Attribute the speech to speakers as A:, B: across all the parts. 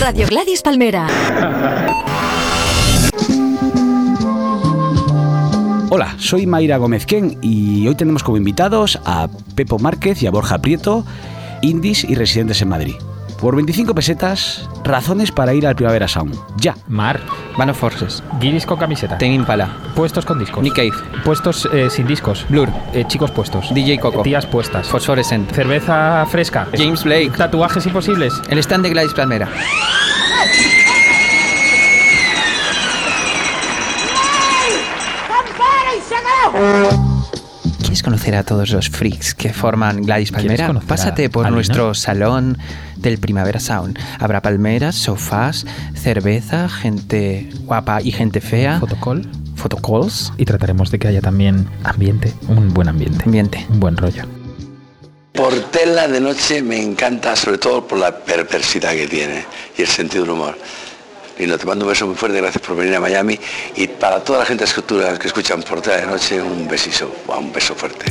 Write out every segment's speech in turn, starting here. A: Radio Gladys Palmera.
B: Hola, soy Mayra Gómezquén y hoy tenemos como invitados a Pepo Márquez y a Borja Prieto, indies y residentes en Madrid. Por 25 pesetas, razones para ir al Primavera Sound. Ya.
C: Mar.
D: Mano Forces.
C: Guiris con camiseta.
D: Ten Impala.
C: Puestos con discos.
D: Nick Cave.
C: Puestos eh, sin discos.
D: Blur.
C: Eh, chicos puestos.
D: DJ Coco.
C: Tías puestas.
D: Phosphorescent.
C: Cerveza fresca.
D: James Blake.
C: Tatuajes imposibles.
D: El stand de Gladys Palmera. ¿Quieres conocer a todos los freaks que forman Gladys Palmera?
C: conocer a
D: Pásate por
C: Alina?
D: nuestro salón del Primavera Sound. Habrá palmeras, sofás, cerveza, gente guapa y gente fea,
C: Fotocall.
D: fotocalls,
C: Y trataremos de que haya también ambiente. Un buen ambiente.
D: ambiente.
C: Un buen rollo.
E: Portela de noche me encanta, sobre todo por la perversidad que tiene y el sentido del humor. Lino, te mando un beso muy fuerte, gracias por venir a Miami y para toda la gente de escultura que escuchan Portela de noche, un besiso, un beso fuerte.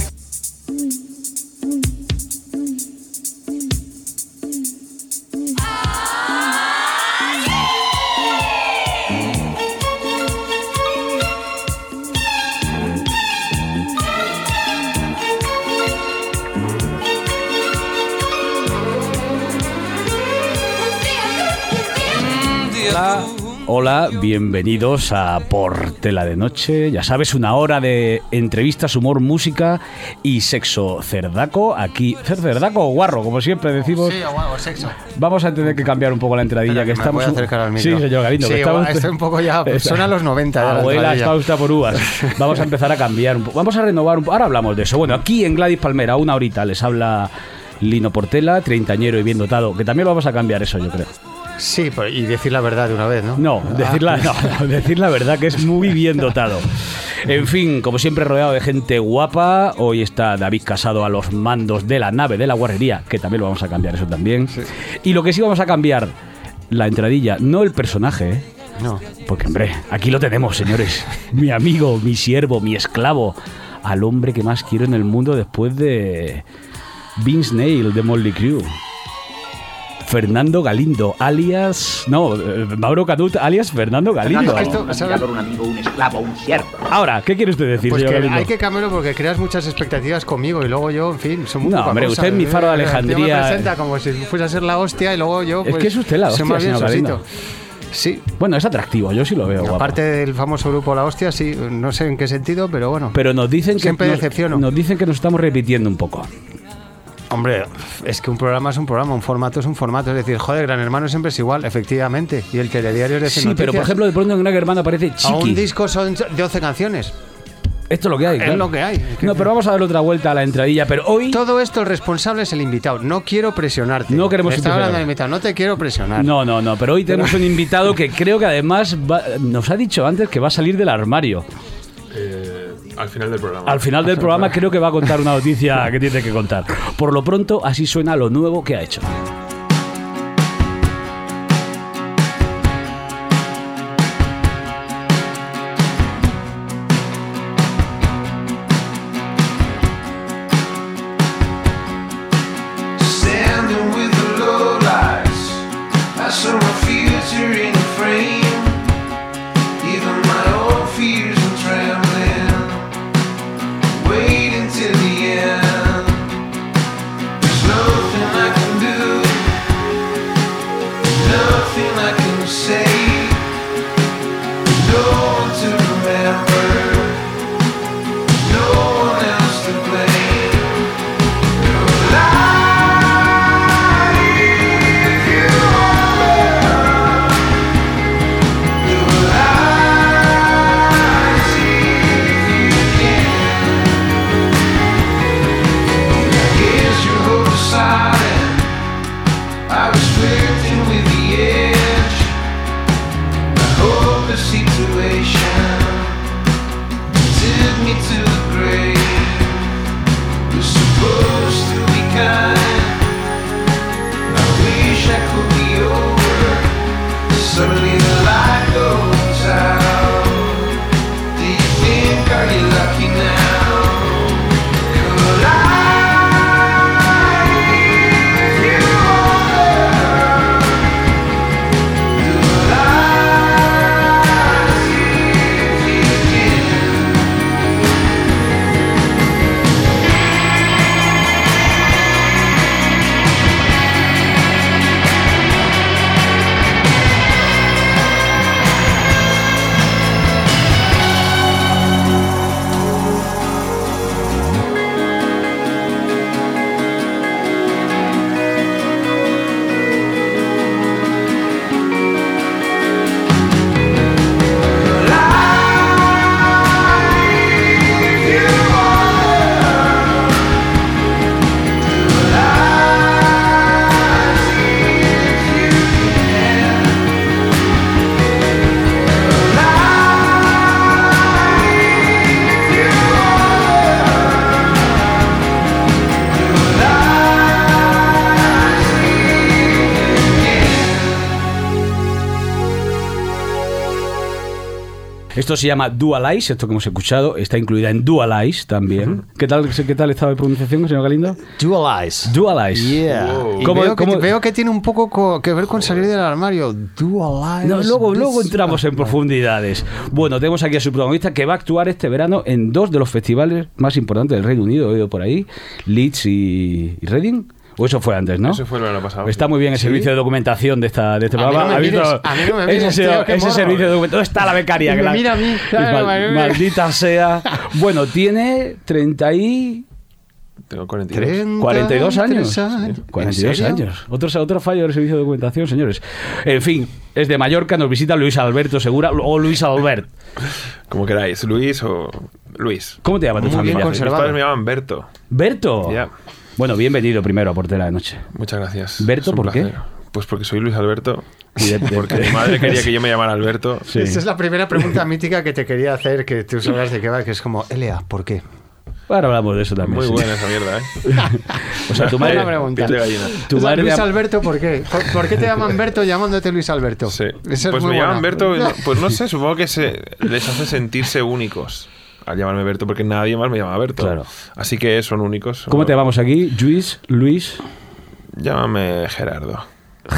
B: Hola, hola, bienvenidos a Portela de Noche. Ya sabes, una hora de entrevistas, humor, música y sexo cerdaco. Aquí, ¿cer- cerdaco o guarro, como siempre decimos.
F: guau, sexo.
B: Vamos a tener que cambiar un poco la entradilla
F: Espera,
B: que,
F: que me
B: estamos.
F: voy a acercar al micro.
B: Sí, señor Galindo.
F: Sí,
B: que estamos...
F: guau, estoy un poco ya, pues, suena a los 90 ya la
B: Abuela,
F: entradilla.
B: está usted por uvas. Vamos a empezar a cambiar un poco. Vamos a renovar un poco. Ahora hablamos de eso. Bueno, aquí en Gladys Palmera, una horita, les habla Lino Portela, treintañero y bien dotado. Que también lo vamos a cambiar eso, yo creo.
F: Sí, pero- y decir la verdad de una vez, ¿no? Ah,
B: No, decir la, Ah, no, decir la verdad que es muy bien dotado. En fin, como siempre rodeado de gente guapa, hoy está David Casado a los mandos de la nave de la guarrería, que también lo vamos a cambiar eso también. Y lo que sí vamos a cambiar, la entradilla, no el personaje, ¿eh?
F: No.
B: porque hombre, aquí lo tenemos, señores. Mi amigo, mi siervo, mi esclavo, al hombre que más quiero en el mundo después de Vince Neil de Molly Crew. Fernando Galindo, alias. No, eh, Mauro Canut, alias Fernando Galindo.
F: Esto, ¿sabes?
B: Ahora, ¿qué quiere usted decir,
F: Pues
B: señor
F: que
B: Galindo?
F: hay que cambiarlo porque creas muchas expectativas conmigo y luego yo, en fin, soy muy
B: No,
F: poca
B: hombre,
F: cosa.
B: usted es mi faro de
F: Eh, tío
B: Alejandría.
F: Me presenta como si fuese a ser la hostia y luego yo.
B: Es
F: pues,
B: que es usted la
F: soy
B: hostia,
F: más bien
B: señor Galindo.
F: sosito. Sí.
B: Bueno, es atractivo, yo sí lo veo. guapo.
F: Aparte del famoso grupo La Hostia, sí, no sé en qué sentido, pero bueno.
B: Pero nos dicen que.
F: Siempre
B: nos-
F: decepciono.
B: Nos, dicen que nos estamos repitiendo un poco.
F: Hombre, es que un programa es un programa, un formato es un formato. Es decir, joder, Gran Hermano siempre es igual, efectivamente. Y el telediario es de
B: Sí,
F: cien
B: pero por
F: noticias.
B: ejemplo, de pronto en Gran Hermano aparece
F: A un
B: Chiqui.
F: disco son 12 canciones.
B: Esto es lo que hay.
F: Es
B: claro.
F: lo que hay.
B: No, pero vamos a dar otra vuelta a la entradilla. Pero hoy.
F: Todo esto el responsable es el invitado. No quiero presionarte.
B: No queremos impresionar.
F: Estaba hablando del invitado. No te quiero presionar.
B: No, no, no, pero hoy tenemos un invitado que creo que además va- nos ha dicho antes que va a salir del armario.
G: Eh, al final del programa.
B: Al final del programa creo que va a contar una noticia que tiene que contar. Por lo pronto, así suena lo nuevo que ha hecho.
H: Standing with the low lights, I saw my future in a frame. Even my old fears are trembling. Waiting till the end. There's nothing I can do, nothing I can say. No one to remember, no one else to blame. Here's your hope silent. I was flirting with the edge.
B: Esto se llama Dualize, esto que hemos escuchado, está incluida en Dualize también. ¿Qué tal qué tal estaba de pronunciación, señor Galindo?
F: Dualize.
B: Dualize.
F: Yeah.
G: Wow.
F: Y
B: ¿Cómo-
F: veo,
B: cómo-
F: Que, veo que tiene un poco co- que ver con salir del armario. Dualize.
B: No, luego, luego
F: This-
B: entramos en profundidades. Bueno, tenemos aquí a su protagonista que va a actuar este verano en dos de los festivales más importantes del Reino Unido, he oído por ahí, Leeds y, y Reading. O eso fue antes, ¿no?
G: Eso fue el verano pasado.
B: Está muy bien el servicio de documentación de, esta, de este
F: A mí no
B: programa.
F: me
B: ¿Ha
F: mires,
B: visto?
F: a mí no me mires,
B: ese,
F: tío, qué
B: ese
F: morro.
B: servicio de documentación. ¿Dónde está la becaria?
F: Y
B: que
F: me
B: la-
F: mira a mí,
B: y
F: claro,
B: mal-
F: me mira.
B: maldita sea. Bueno, tiene 30 y...
G: Tengo 42.
F: 30,
B: 42 años.
F: 3 años. ¿En
B: 42
F: serio?
B: años. Otro, otro fallo del servicio de documentación, señores. En fin, es de Mallorca, nos visita Luis Alberto Segura o Luis Albert.
G: Como queráis, Luis o Luis.
B: ¿Cómo te llama tu
F: Muy
B: familia?
F: bien
G: Mis
F: conservado.
G: padres me llaman Berto.
B: Berto.
G: Ya.
B: Bueno, bienvenido primero a Portera de Noche.
G: Muchas gracias.
B: ¿Berto
G: Es un
B: por qué?
G: placer. Pues porque soy Luis Alberto.
B: Y de- de-
G: Porque mi madre quería que yo me llamara Alberto.
B: Sí.
F: Esta Este es la primera pregunta mítica que te quería hacer, que tú sabrás de qué va, que es como, Elea, ¿por qué?
B: Ahora hablamos de eso también.
G: Muy
B: sí.
G: buena esa mierda, ¿eh?
B: O sea, tu
F: Buena
B: madre.
F: pregunta.
G: Piel de gallina.
B: Tu
F: O sea,
B: madre
F: Luis
B: te ha-
F: Alberto, ¿por qué? ¿Por, por qué te llaman Berto llamándote Luis Alberto?
G: Sí.
F: Esa es
G: Pues
F: muy
G: me llaman
F: buena.
G: Berto, pues no sé, supongo que se les hace sentirse únicos al llamarme Berto, porque nadie más me llama Berto.
B: Claro.
G: Así que son únicos. son-
B: ¿Cómo te llamamos aquí? Luis, Luis,
G: Llámame Gerardo.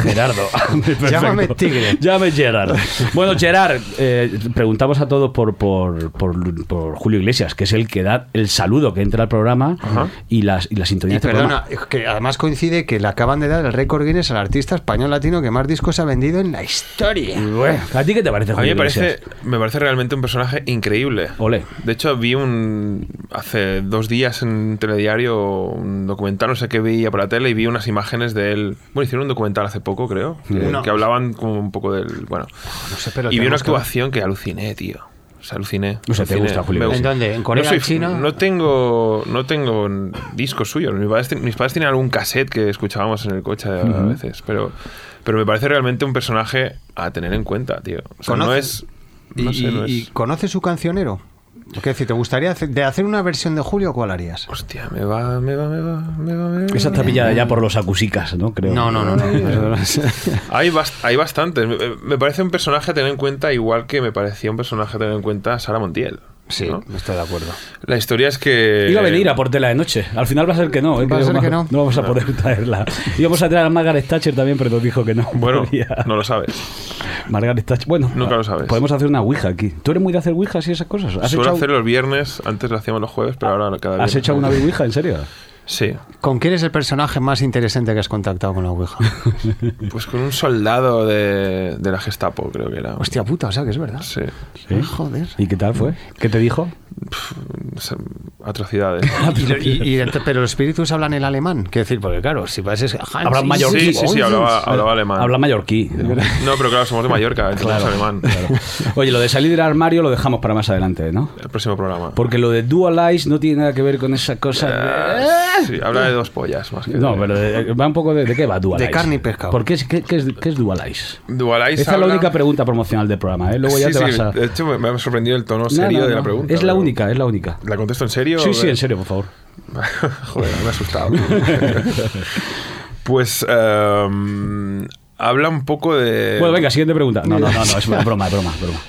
B: Gerardo. Perfecto.
F: Llámame Tigre.
B: Llámame Gerard. Bueno, Gerard, eh, preguntamos a todos por, por, por- por Julio Iglesias, que es el que da el saludo que entra al programa
G: Ajá.
B: y las y la sintonía
F: Y
B: de este
F: perdona,
B: programa.
F: que además coincide que le acaban de dar el récord Guinness al artista español latino que más discos ha vendido en la historia.
B: Bueno, ¿A ti qué te parece
G: A mí
B: Julio
G: me parece,
B: Iglesias?
G: me parece realmente un personaje increíble.
B: Ole.
G: De hecho, vi un. Hace dos días en Telediario un documental, no sé qué veía por la tele, y vi unas imágenes de él. Bueno, hicieron un documental hace poco, creo, eh,
F: Uno.
G: que hablaban como un poco del. Bueno.
F: No sé, pero
G: y vi una
F: tenemos que-
G: actuación que aluciné, tío. O sea, aluciné.
B: O sea, ¿te
G: aluciné.
B: gusta Julio
G: Me
B: Iglesias?
F: ¿En
G: gusta.
F: dónde? ¿En Corea
G: no soy-
F: China?
G: No tengo, no tengo discos suyos. Mis padres, ten- mis padres tienen algún cassette que escuchábamos en el coche a veces. Pero, pero me parece realmente un personaje a tener en cuenta, tío. O sea, no
F: ¿Conoce-
G: es. No
F: ¿Y,
G: sé, no
F: y- y
G: es-
F: conoces su cancionero? ¿Qué decir, ¿te gustaría hacer- de hacer una versión de Julio, cuál harías?
G: Hostia, me va, me va, me va, me va, me va.
B: Esa está pillada ya por los acusicas, ¿no? Creo.
F: No, no, no, no.
G: Hay, bast- hay bastantes. Me, me parece un personaje a tener en cuenta, igual que me parecía un personaje a tener en cuenta Sara Montiel.
F: Sí,
G: ¿no?
F: estoy de acuerdo.
G: La historia es que.
B: Iba a venir a Portela de noche. Al final va a ser que no. ¿eh?
F: Va a
B: Creo
F: ser que no. Ah.
B: vamos a poder traerla. Íbamos a traer a Margaret Thatcher también, pero nos dijo que no.
G: Bueno,
B: podía.
G: no lo sabes.
B: Margaret Thatcher. Bueno,
G: Nunca lo sabes.
B: Podemos hacer una Ouija aquí. ¿Tú eres muy de hacer Ouijas y esas cosas? ¿Has,
G: Suelo
B: hecho,
G: hacer los viernes, antes lo hacíamos los jueves, pero ahora cada
B: ¿has
G: viernes.
B: hecho una Ouija, en serio?
G: Sí.
F: ¿Con quién es el personaje más interesante que has contactado con la Ouija?
G: Pues con un soldado de, de la Gestapo, creo que era.
F: Hostia puta, o sea que es verdad.
G: Sí.
B: Sí.
F: Joder.
B: ¿Y qué tal fue? ¿Qué te dijo?
G: O sea, em, Atrocidades.
F: Y lo- y- y ent- Ah, pero los espíritus hablan el alemán. Quiero decir, porque claro, si vas es.
B: Hablan mallorquí.
G: Sí, sí, sí, hablaba, hablaba alemán.
B: Habla mallorquí.
G: No, pero claro, somos de Mallorca, entonces
B: Claro,
G: es alemán.
B: claro. Oye, lo de salir del armario lo dejamos para más adelante, ¿no?
G: El próximo programa.
B: Porque lo de Dualize no tiene nada que ver con esa cosa. de-
G: Eh, sí, habla de dos pollas más que de-
B: No, pero de- va un poco de, de qué va Dualize.
F: De carne y pescado.
B: ¿Por qué, es- qué, qué es, qué es Dualize?
G: Dualize
B: Esa es la
G: habla-
B: única pregunta promocional del programa, ¿eh? Luego ya
G: Sí,
B: te
G: sí,
B: vas a.
G: De hecho, me, me ha sorprendido el tono
B: No,
G: serio
B: no,
G: de
B: no.
G: la pregunta.
B: Es la
G: pero-
B: única, es la única.
G: ¿La contesto en serio?
B: Sí, sí,
G: Eh,
B: en serio, por favor.
G: Joder, me ha asustado. pues em, habla un poco de...
B: Bueno, venga, siguiente pregunta. No, no, no, no es una broma, es broma, es broma.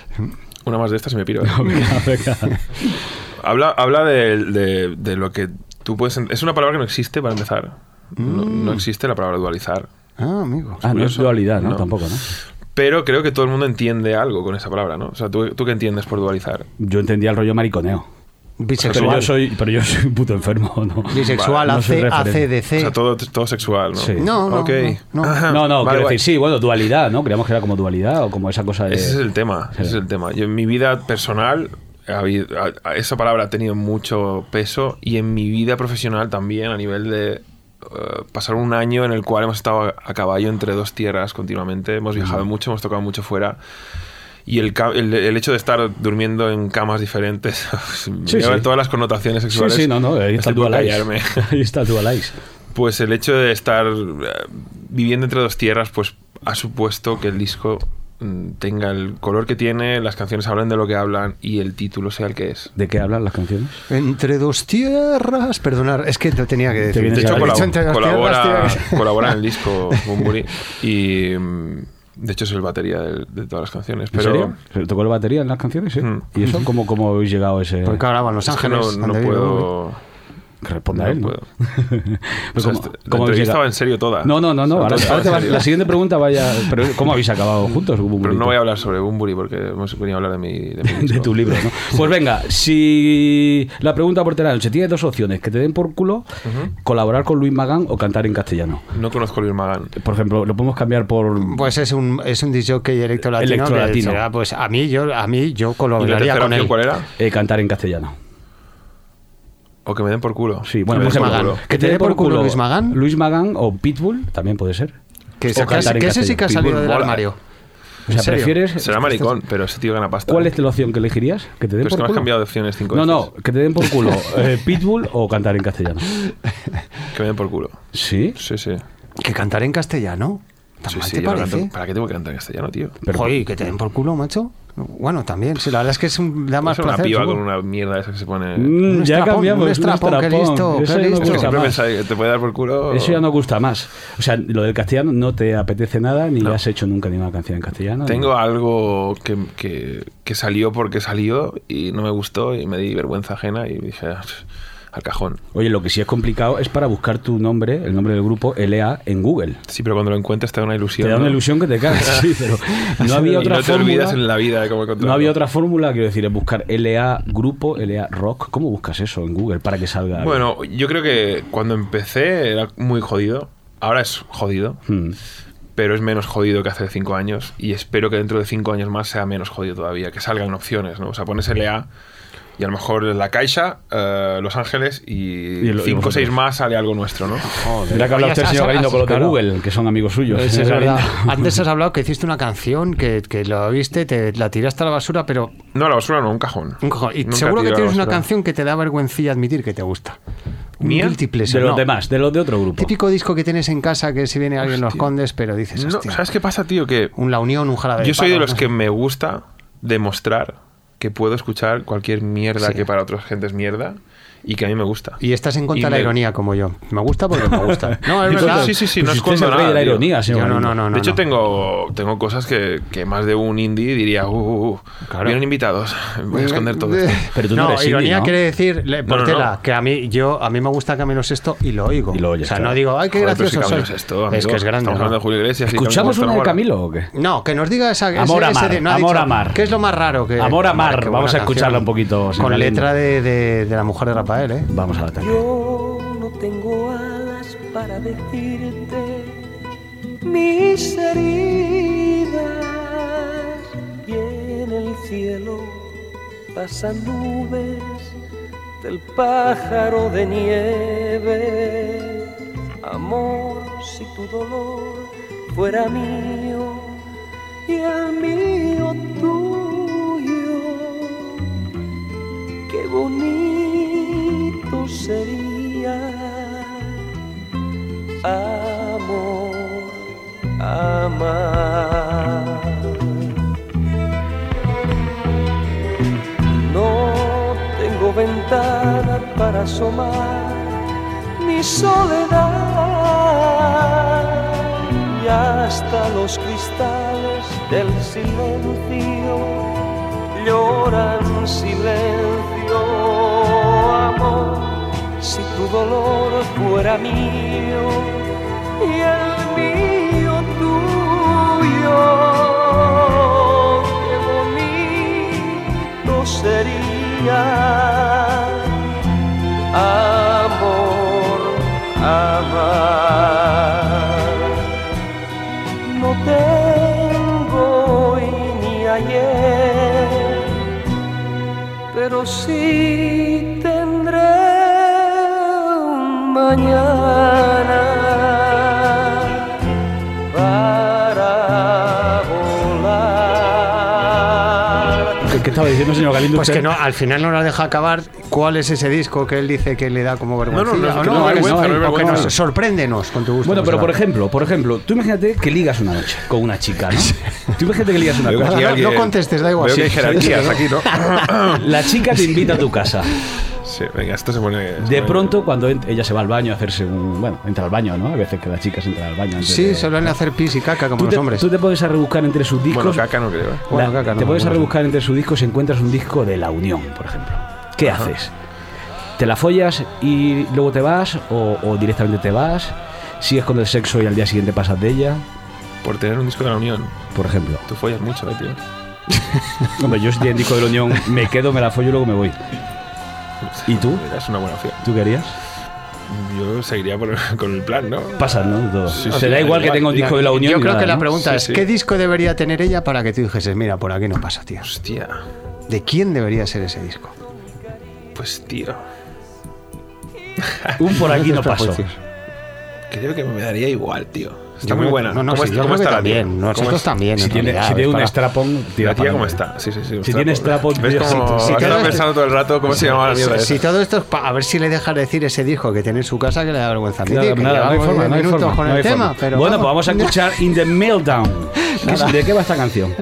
G: Una más de estas y me piro. eh.
B: Venga, venga.
G: habla habla de, de- de lo que tú puedes... en- Es una palabra que no existe para empezar. No,
B: Mm.
G: no existe la palabra dualizar.
F: Ah, amigo.
B: Ah, no es
G: Curioso.
B: dualidad, ¿no?
G: No.
B: Tampoco, ¿no?
G: Pero creo que todo el mundo entiende algo con esa palabra, ¿no? O sea, ¿tú, tú qué entiendes por dualizar?
B: Yo entendía el rollo mariconeo. Pero
F: Bisexual.
B: yo soy, pero yo soy un puto enfermo, ¿no?
F: Bisexual,
B: Vale, no soy
F: AC,
B: referente.
F: ACDC.
G: O sea, todo, todo sexual, ¿no?
B: Sí.
F: No, no.
G: Ok.
F: no, no.
G: Ajá.
B: No, no,
G: Ah, Vale,
B: quiero decir,
G: guay.
B: eh, sí, bueno, dualidad, ¿no? Creíamos que era como dualidad o como esa cosa de.
G: Ese es el tema, ese es el tema. Yo en mi vida personal, ha habido- ha- ha- esa palabra ha tenido mucho peso y en mi vida profesional también a nivel de eh, pasar un año en el cual hemos estado a, a caballo entre dos tierras continuamente, hemos viajado mucho, hemos tocado mucho fuera. Y el, ca- el, el hecho de estar durmiendo en camas diferentes,
B: Sí,
G: lleva
B: sí.
G: todas las connotaciones
B: Sí,
G: sexuales.
B: sí, no, no, ahí está
G: Estoy
B: el
G: por
B: dualize.
G: callarme.
B: Ahí está el dualize.
G: Pues el hecho de estar eh, viviendo entre dos tierras, pues ha supuesto que el disco mm, tenga el color que tiene, las canciones hablan de lo que hablan y el título sea el que es.
B: ¿De qué hablan las canciones?
F: Entre dos tierras. Perdonar, es que te tenía que decir.
B: vienes
G: De
B: Sí,
G: hecho,
B: ya lo he
G: colab-
B: dicho,
F: entre dos
G: colabora,
F: tierras, tenía que-
G: colabora en el disco Bumburi y, mm, De hecho, es el batería del- de, todas las canciones.
B: ¿En
G: Pero
B: serio? ¿Se ¿Tocó la batería en las canciones? eh?
G: Mm.
B: ¿Y eso cómo, cómo habéis llegado a ese...?
F: Porque ahora va a Los
G: es que no,
F: Ángeles.
G: no
F: Andy Bowie.
G: puedo.
B: Que responda
G: No
B: él, ¿no?
G: puedo.
B: Pues ¿cómo- cómo
G: O sea, este- la
B: habéis
G: entrevista
B: llegado?
G: va en serio toda.
B: No, no, no, no.
G: O sea,
B: ahora-
G: todo está
B: ahora te
G: en
B: vas-
G: serio.
B: la siguiente pregunta vaya... Pero ¿Cómo habéis acabado juntos?
G: Pero no voy a hablar sobre Bumburi porque hemos venido a hablar de mi, de mi
B: de
G: disco.
B: tu libro, ¿no? Pues venga, si la pregunta por tener noche tienes dos opciones, que te den por culo, colaborar con Luis Magán o cantar en castellano.
G: No conozco a Luis Magán.
B: Por ejemplo, lo podemos cambiar por
F: Pues es un, es un disc jockey electro latino.
B: Electro
F: que
B: latino.
F: será, pues a mí yo, a mí yo
G: ¿Y la
F: colaboraría
G: tercera
F: con
G: opción
F: él.
G: cuál era?
B: eh, cantar en castellano.
G: O que me den por culo.
B: Sí, bueno,
G: Que me
B: por
F: Luis
G: den por
B: ejemplo,
F: Magán.
B: que te den por culo
F: Luis Magán.
B: Luis Magán o Pitbull también puede ser.
F: Que,
B: O
F: se- que,
B: cantar en
F: que ese sí que ha
B: castellano.
F: salido del
G: Mola.
F: armario.
B: O sea,
F: ¿En serio?
B: prefieres este
G: Será maricón, pero ese tío gana pasta. ¿eh?
B: ¿Cuál es la opción que elegirías? Que te den
G: Pero es que
B: por
G: me has
B: culo.
G: cambiado de opciones cinco
B: no, no,
G: veces.
B: que te den por culo eh, Pitbull o cantar en castellano.
G: Que me den por culo.
B: Sí,
G: Sí, sí.
F: Que cantar en castellano. ¿Tan
G: Sí,
F: mal
G: sí,
F: te
G: yo no
F: parece?
G: canto- ¿Para qué tengo que cantar en castellano, tío?
B: Pero-
F: Joder, que te den por culo, macho. Bueno, también. sí, la verdad es que es un, da más
G: es una
F: placer.
G: piba con
F: supongo. Eh,
G: una mierda esa que se pone.
B: Mm, ya
F: estrapón,
B: cambiamos.
F: un
B: es
F: estrapón, qué
B: Eso
F: listo, qué
B: ya no
F: listo.
B: gusta
G: Porque siempre
B: más.
G: pensaba que te puede dar por culo.
B: Eso ya no gusta más. O sea, lo del castellano no te apetece nada ni has hecho nunca ninguna canción en castellano.
G: Tengo algo que, que- que salió porque salió y no me gustó y me di vergüenza ajena y dije "Ah, al cajón.
B: Oye, lo que sí es complicado es para buscar tu nombre, el nombre del grupo LA en Google.
G: Sí, pero cuando lo encuentras te da una ilusión.
B: Te da una
G: ¿no?
B: ilusión que te cagas. sí, pero no había
G: Y
B: otra
G: no te
B: fórmula.
G: olvidas en la vida de cómo encontrarlo.
B: No había otra fórmula, quiero decir, es buscar LA grupo, LA rock. ¿Cómo buscas eso en Google para que salga? algo?
G: Bueno, yo creo que cuando empecé era muy jodido. Ahora es jodido,
B: Hmm.
G: pero es menos jodido que hace cinco años. Y espero que dentro de cinco años más sea menos jodido todavía, que salgan opciones, ¿no? O sea, pones LA y a lo mejor La Caixa, eh, Los Ángeles y,
B: Y lo- y
G: cinco o
B: vosotros.
G: seis más sale algo nuestro, ¿no?
B: Tendrá que hablar usted,
F: Oye,
B: señor
F: has-
B: Galindo,
F: has-
B: con los de
F: claro.
B: Google, que son amigos suyos.
F: Eso es
B: señor
F: verdad.
B: Galindo.
F: Antes has hablado que hiciste una canción que, que la oíste, te la tiraste a la basura, pero.
G: No, a la basura no, un cajón.
F: un cojón. Y
G: Nunca
F: seguro que
G: tiro a la
F: tienes una
G: basura.
F: canción que te da vergüencilla admitir que te gusta. Un
G: ¿Mía?
F: múltiple,
B: De los
F: no.
B: demás, de los de otro grupo.
F: Típico disco que tienes en casa que si viene alguien los
G: Hostia.
F: condes, pero dices,
G: No,
F: hostia.
G: ¿Sabes qué pasa, tío? Que
F: Un La Unión, un jarabe.
G: yo soy de
F: palo,
G: los
F: no
G: que
F: sé.
G: me gusta demostrar que puedo escuchar cualquier mierda
F: Sí.
G: que para otra gente es mierda y que a mí me gusta.
F: Y estás en contra
G: Y
F: de la
G: me-
F: ironía como yo. Me gusta porque me gusta. No, es
G: Entonces,
F: verdad.
G: Sí, sí, sí,
B: Pues
G: no
B: si usted es
G: escondo
B: el rey
G: nada.
B: de la
G: tío.
B: ironía, señor.
F: Yo no,
B: Galindo.
F: no, no.
G: de hecho, Tengo, tengo cosas que, que más de un indie diría, uh, uh, uh,
F: Claro.
G: vienen invitados, voy a esconder todo esto.
B: Pero tú no
F: no,
B: eres indie,
F: ironía
B: ¿no?
F: quiere decir le-
G: No, no,
F: Portela,
G: no.
F: que a mí yo a mí me gusta Caminos esto y lo oigo.
B: Y lo oyes,
F: o sea,
B: claro.
F: no digo, ay, qué
G: Joder, pero si
F: gracioso soy.
G: Camilo es esto,
F: es
G: amigo.
F: que es grande.
G: Estamos
F: ¿no?
G: hablando de Julio Iglesias. y
B: ¿Escuchamos
G: Camilo
B: una de
G: Guarda.
B: Camilo o qué?
F: No, que nos diga esa ese-
B: Amor a
F: ese
B: mar,
F: de- no, ha
B: amor
F: dicho,
B: a mar.
F: ¿Qué es lo más raro que
B: Amor a mar,
F: qué buena
B: vamos a
F: canción.
B: escucharla un poquito, señor
F: Con
B: Galindo.
F: letra de, de- de la mujer de Rafael, ¿eh?
B: Vamos a la tarde.
A: Yo no tengo alas para decirte mis heridas y en el cielo pasan nubes del pájaro de nieve. Amor, si tu dolor fuera mío y el mío tuyo qué bonito sería amor, amar. No tengo ventana para asomar mi soledad y hasta los cristales del silencio lloran silencio, amor, si tu dolor fuera mío y el mío tuyo, qué bonito sería amor, amar no tengo hoy ni ayer, pero sí tendré un mañana para volar.
B: ¿Qué, qué estaba diciendo, señor Galindo?
F: Pues
B: usted?
F: que no, al final no la deja acabar. ¿Cuál es ese disco que él dice que le da como vergüenza?
G: no, no, no,
F: O
G: no, no,
B: vergüenza,
F: o
B: no,
F: que
B: vergüenza.
F: nos- sorpréndenos con tu gusto.
B: Bueno, pero por
F: musical.
B: ejemplo, por ejemplo, tú imagínate que ligas una noche con una chica, ¿no? Tú imagínate que ligas una
G: Veo que
B: cosa.
G: aquí
F: no
G: alguien-
F: contestes, da igual.
G: Veo
F: Sí,
G: que hay
F: sí,
G: jerarquías
F: sí,
G: aquí, ¿no?
B: La chica te invita a tu casa.
G: Sí, venga, esto se pone. se
B: De
G: pone-
B: pronto, cuando ent- ella se va al baño a hacerse un. Bueno, entra al baño, ¿no? A veces que las chicas entran al baño. antes
F: Sí,
B: de-
F: suelen hacer pis y caca como
B: Tú
F: los
B: te,
F: hombres.
B: tú te pones a rebuscar entre sus discos.
G: Bueno, caca no creo. ¿eh?
B: la-
F: Bueno, caca no,
B: te pones a
F: bueno, sí.
B: rebuscar entre sus discos y encuentras un disco de La Unión, por ejemplo. ¿Qué haces? ¿Te la follas y luego te vas? O, o directamente te vas? ¿Sigues con el sexo y al día siguiente pasas de ella?
G: Por tener un disco de la Unión.
B: Por ejemplo.
G: Tú follas mucho, eh, tío.
B: Hombre, yo si el disco de La Unión me quedo, me la follo y luego me voy. ¿Y tú?
G: Mira, Es una buena opción.
B: ¿Tú qué harías?
G: Yo seguiría por- con el plan, ¿no?
B: Pasas, ¿no? De Todo.
G: Sí,
B: Se
G: sí,
B: da
G: da
B: igual que
G: igual.
B: tenga un disco de La Unión.
F: Yo
B: ni
F: creo
B: nada,
F: que la
B: ¿no?
F: pregunta es,
G: sí.
F: ¿qué disco debería tener ella para que tú dijeses, mira, por aquí no pasa, tío?
G: Hostia.
F: ¿De quién debería ser ese disco?
G: Pues, tío.
B: Un por aquí no
F: Esas
B: paso.
F: prejuicios.
G: Creo que me daría igual, tío. Está
F: Yo
G: muy
F: creo-
G: buena.
F: No, no,
G: ¿Cómo
F: sí,
G: es-
F: yo
G: cómo
F: creo que
G: está la tía?
F: también.
G: ¿Cómo
F: Nosotros
G: está?
F: también.
B: Si
F: en
B: tiene,
F: realidad,
B: si tiene
F: es
B: un
F: para-
B: strapón, tira
G: La tía
B: pa'l
G: cómo
B: hombre.
G: está. Sí, sí, sí. un
B: Si tiene strapón,
G: ¿Ves
B: tío,
G: cómo
F: si- si
G: ha estado
F: quieres-
G: pensando todo el rato cómo se llamaba la mierda
F: Si, si
G: esa?
F: todo esto es pa- a ver si le deja decir ese disco que tiene en su casa que le da vergüenza. a mí,
B: Claro, nada,
F: que
B: no hay
F: llevamos
B: forma,
F: diez
B: no hay
F: minutos
B: forma,
F: con
B: no
F: el
B: hay
F: tema,
B: forma.
F: pero
B: bueno, pues
F: vamos.
B: vamos a escuchar In the Meltdown. ¿Qué es- ¿De qué va esta canción?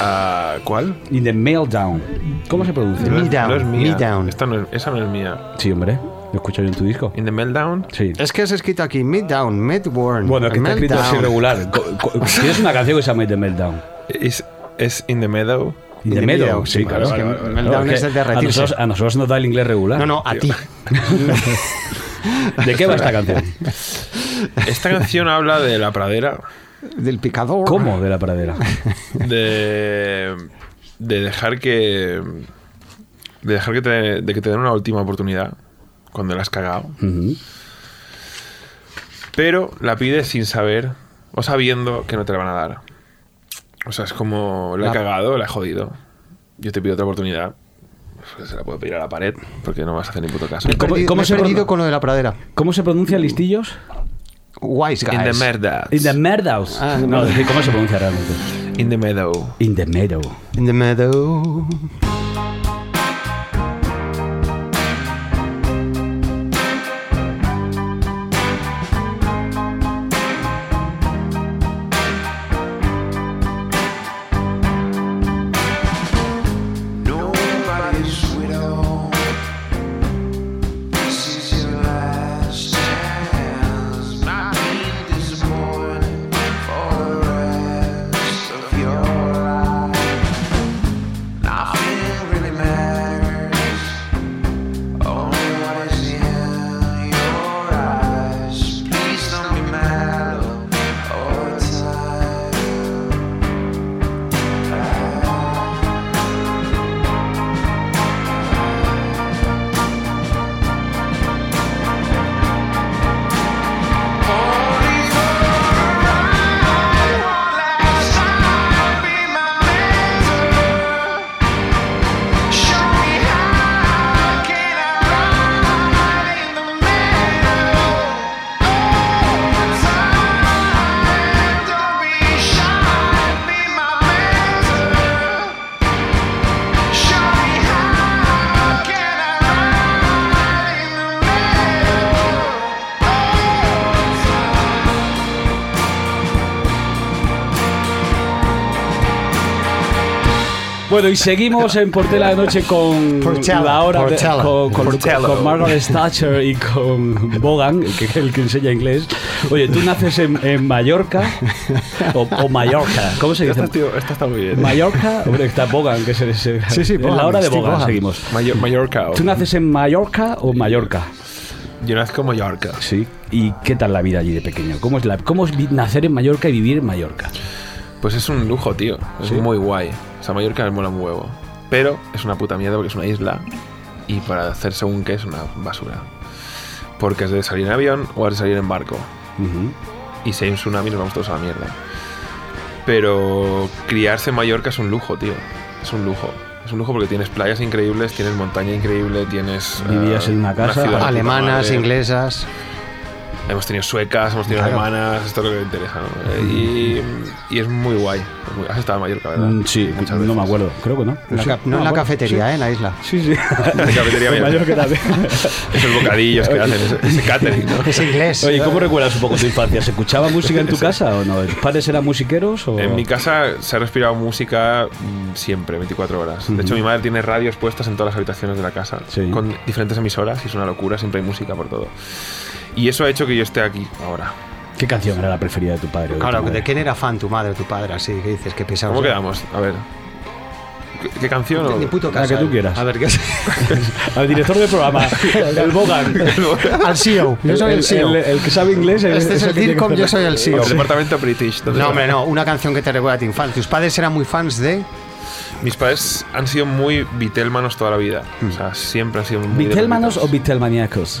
G: Ah, ¿Cuál?
B: In the Meltdown. ¿Cómo se produce?
G: No
F: Me
G: es-
F: Down,
G: No es
F: Me
G: mía.
F: Down.
G: Esta no es- esa no es mía.
B: Sí, hombre. Lo escucho yo en tu disco.
G: In the Meltdown.
B: Sí.
F: Es que se ha escrito aquí Midtown, Midborn.
B: Bueno, es que está escrito así
F: Meltdown.
B: regular. Co- co- Tienes una canción que se llama In the Meltdown.
G: Es, es In the Meadow.
B: In the Meltdown. Sí, claro.
F: Es que
B: Claro,
F: Meltdown
B: es
F: es
B: que
F: de
B: a,
F: derretirse.
B: nosotros, a nosotros nos da el inglés regular.
F: No, no, a ti.
B: ¿De qué va esta canción?
G: Esta canción habla de la pradera,
F: Del picador.
B: ¿Cómo de la pradera?
G: de, de dejar que. De dejar que te, de que te den una última oportunidad cuando la has cagado.
B: Ujú.
G: Pero la pides sin saber o sabiendo que no te la van a dar. O sea, es como la he
F: La-
G: cagado, la he jodido. Yo te pido otra oportunidad. Pues Se la puedo pedir a la pared porque no vas a hacer ni puto caso.
F: Me he
B: ¿Cómo-
F: perdido,
B: cómo
F: me he
B: se
F: perdido
B: pronuncia?
F: con lo de la pradera?
B: ¿Cómo se pronuncia listillos?
F: Wise guys.
G: In the merda.
B: In the Meltdown. Ah, no, es decir, ¿cómo se pronuncia realmente?
G: In the meadow.
B: In the Meadow.
F: In the meadow.
H: Nobody's widow. This is your last chance. Not being disappointed for the rest of your life. Nothing really matters. Only what is in your eyes. Please don't be mad all the time. Oh.
B: Bueno, y seguimos en Portela de Noche con
F: Portela,
B: la hora de-
F: Portela.
B: con, con-
G: Portela.
B: con Margaret Thatcher y con Bogan, que es el que enseña inglés. Oye, tú naces en, en Mallorca o, o Mallorca, ¿cómo se dice?
G: Esta, tío, esta está muy bien.
B: Mallorca, hombre, está Bogan, que es, el- es el-
F: Sí, sí,
B: es
F: Bogan,
B: la hora de
F: Steve
B: Bogan,
F: Bogan.
B: seguimos.
G: Mayo- Mallorca. o-
B: ¿Tú naces en Mallorca o Mallorca?
G: Yo nazco en Mallorca.
B: Sí. ¿Y qué tal la vida allí de pequeño? ¿Cómo es, la, cómo es vi- nacer en Mallorca y vivir en Mallorca?
G: Pues es un lujo, tío. Es muy guay. O sea, Mallorca me mola un huevo. Pero es una puta mierda porque es una isla y para hacer según qué es una basura. Porque es de salir en avión o es de salir en barco.
F: Eh,
B: Ujú.
G: Y si hay un tsunami nos vamos todos a la mierda. Pero criarse en Mallorca es un lujo, tío. Es un lujo. Es un lujo porque tienes playas increíbles, tienes montaña increíble, tienes... eh,
B: Vivías en una casa
G: ciudad de puta
F: Alemanas,
G: madre.
F: inglesas.
G: Hemos tenido suecas, hemos tenido
F: Claro.
G: alemanas, esto es lo que me interesa. ¿no?
B: Mm.
G: Eh, Y, y es muy guay. es muy- Has estado en Mallorca, ¿verdad?
B: Mm, Sí,
G: Muchas
B: no
G: veces.
B: me acuerdo. Creo que no.
F: En la
B: Pues Sí.
F: ca- no en
B: me
F: la
B: acuerdo.
F: cafetería, ¿eh? en la isla.
B: Sí, sí.
G: En la cafetería
B: En
G: mía.
B: Mallorca también.
G: Esos bocadillos que hacen, ese, ese catering, ¿no?
F: Es inglés.
B: Oye, ¿cómo recuerdas un poco tu infancia? ¿Se escuchaba música en tu casa o no? ¿Tus padres eran musiqueros o...?
G: En mi casa se ha respirado música mm, siempre, 24 horas. De hecho, mi madre tiene radios puestas en todas las habitaciones de la casa,
B: Sí.
G: con diferentes emisoras, y es una locura, siempre hay música por todo. Y eso ha hecho que yo esté aquí ahora.
B: ¿Qué canción era la preferida de tu padre? o de tu
F: Claro,
B: madre?
F: ¿de quién era fan tu madre, tu padre? Así que dices, que pesado.
G: ¿Cómo
F: soy?
G: quedamos? A ver. ¿Qué, qué canción? o-
F: Ni puto
B: La
F: caso,
B: que tú
F: eh.
B: quieras.
F: A ver, ¿qué
B: Al director del programa, el Bogan.
F: Al CEO. Yo soy el, E CEO.
B: E El, el que sabe inglés.
F: este es el
B: que tiene
F: DIRCOM,
B: que
F: yo
B: hacer-
F: soy el CEO.
G: El departamento British. ¿dónde
F: No,
G: está?
F: hombre, no. Una canción que te recuerda a tu infancia. Tus padres eran muy fans de...
G: Mis padres han sido muy Beatlemanos toda la vida. O sea, siempre han sido muy. de los
B: ¿Vitelmanos o
G: Beatles.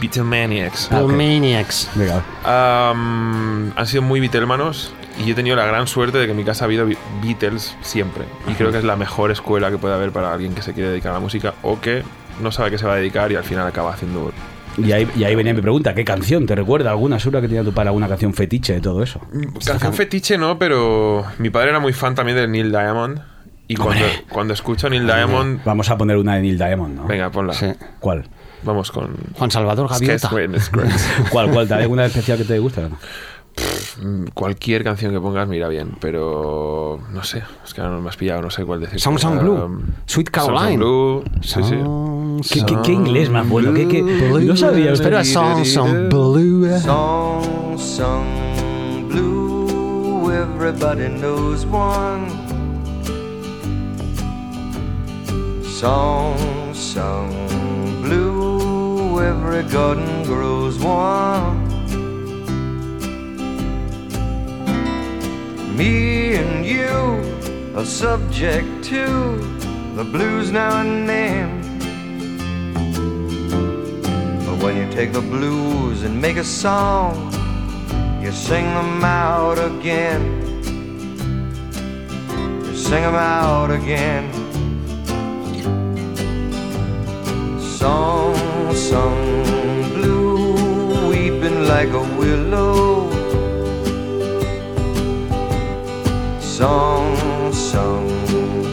B: Vitelmaniacos?
G: Beatlemaniacs.
B: Ah, ok.
F: Maniacs.
B: Venga.
G: Am, han sido muy Beatlemanos y yo he tenido la gran suerte de que en mi casa ha habido Be- Beatles siempre. Y creo que es la mejor escuela que puede haber para alguien que se quiere dedicar a la música o que no sabe a qué se va a dedicar y al final acaba haciendo.
B: Y ahí, y ahí venía mi pregunta. ¿Qué canción? ¿Te recuerda alguna sura que tenía tu padre? ¿Alguna canción fetiche de todo eso?
G: Canción fetiche no, pero mi padre era muy fan también de Neil Diamond. Y cuando, cuando escucho a Neil Diamond.
B: Vamos a poner una de Neil Diamond, ¿no?
G: Venga, ponla.
F: Sí.
B: ¿Cuál?
G: Vamos con.
F: Juan Salvador Gaviota.
G: Sketch Witness Grace.
B: ¿Cuál? ¿Cuál? ¿Te hay alguna especial que te gusta?
G: Mm, Cualquier canción que pongas mira bien, pero no sé, es que ahora no me has pillado, no sé cuál decir.
F: Songs on Blue, Sweet Caroline.
G: Songs on Blue, sí, sí.
B: ¿Qué, qué, qué inglés más bueno? ¿Qué, qué?
F: Ah, Blue.
B: No sabía. usted.
F: Pero era Songs on Blue.
H: Song sung blue, everybody knows one. Song sung blue, every garden grows one. Me and you are subject to the blues now and then. But when you take the blues and make a song, you sing them out again. You sing them out again. Song sung blue, weeping like a willow. Song sung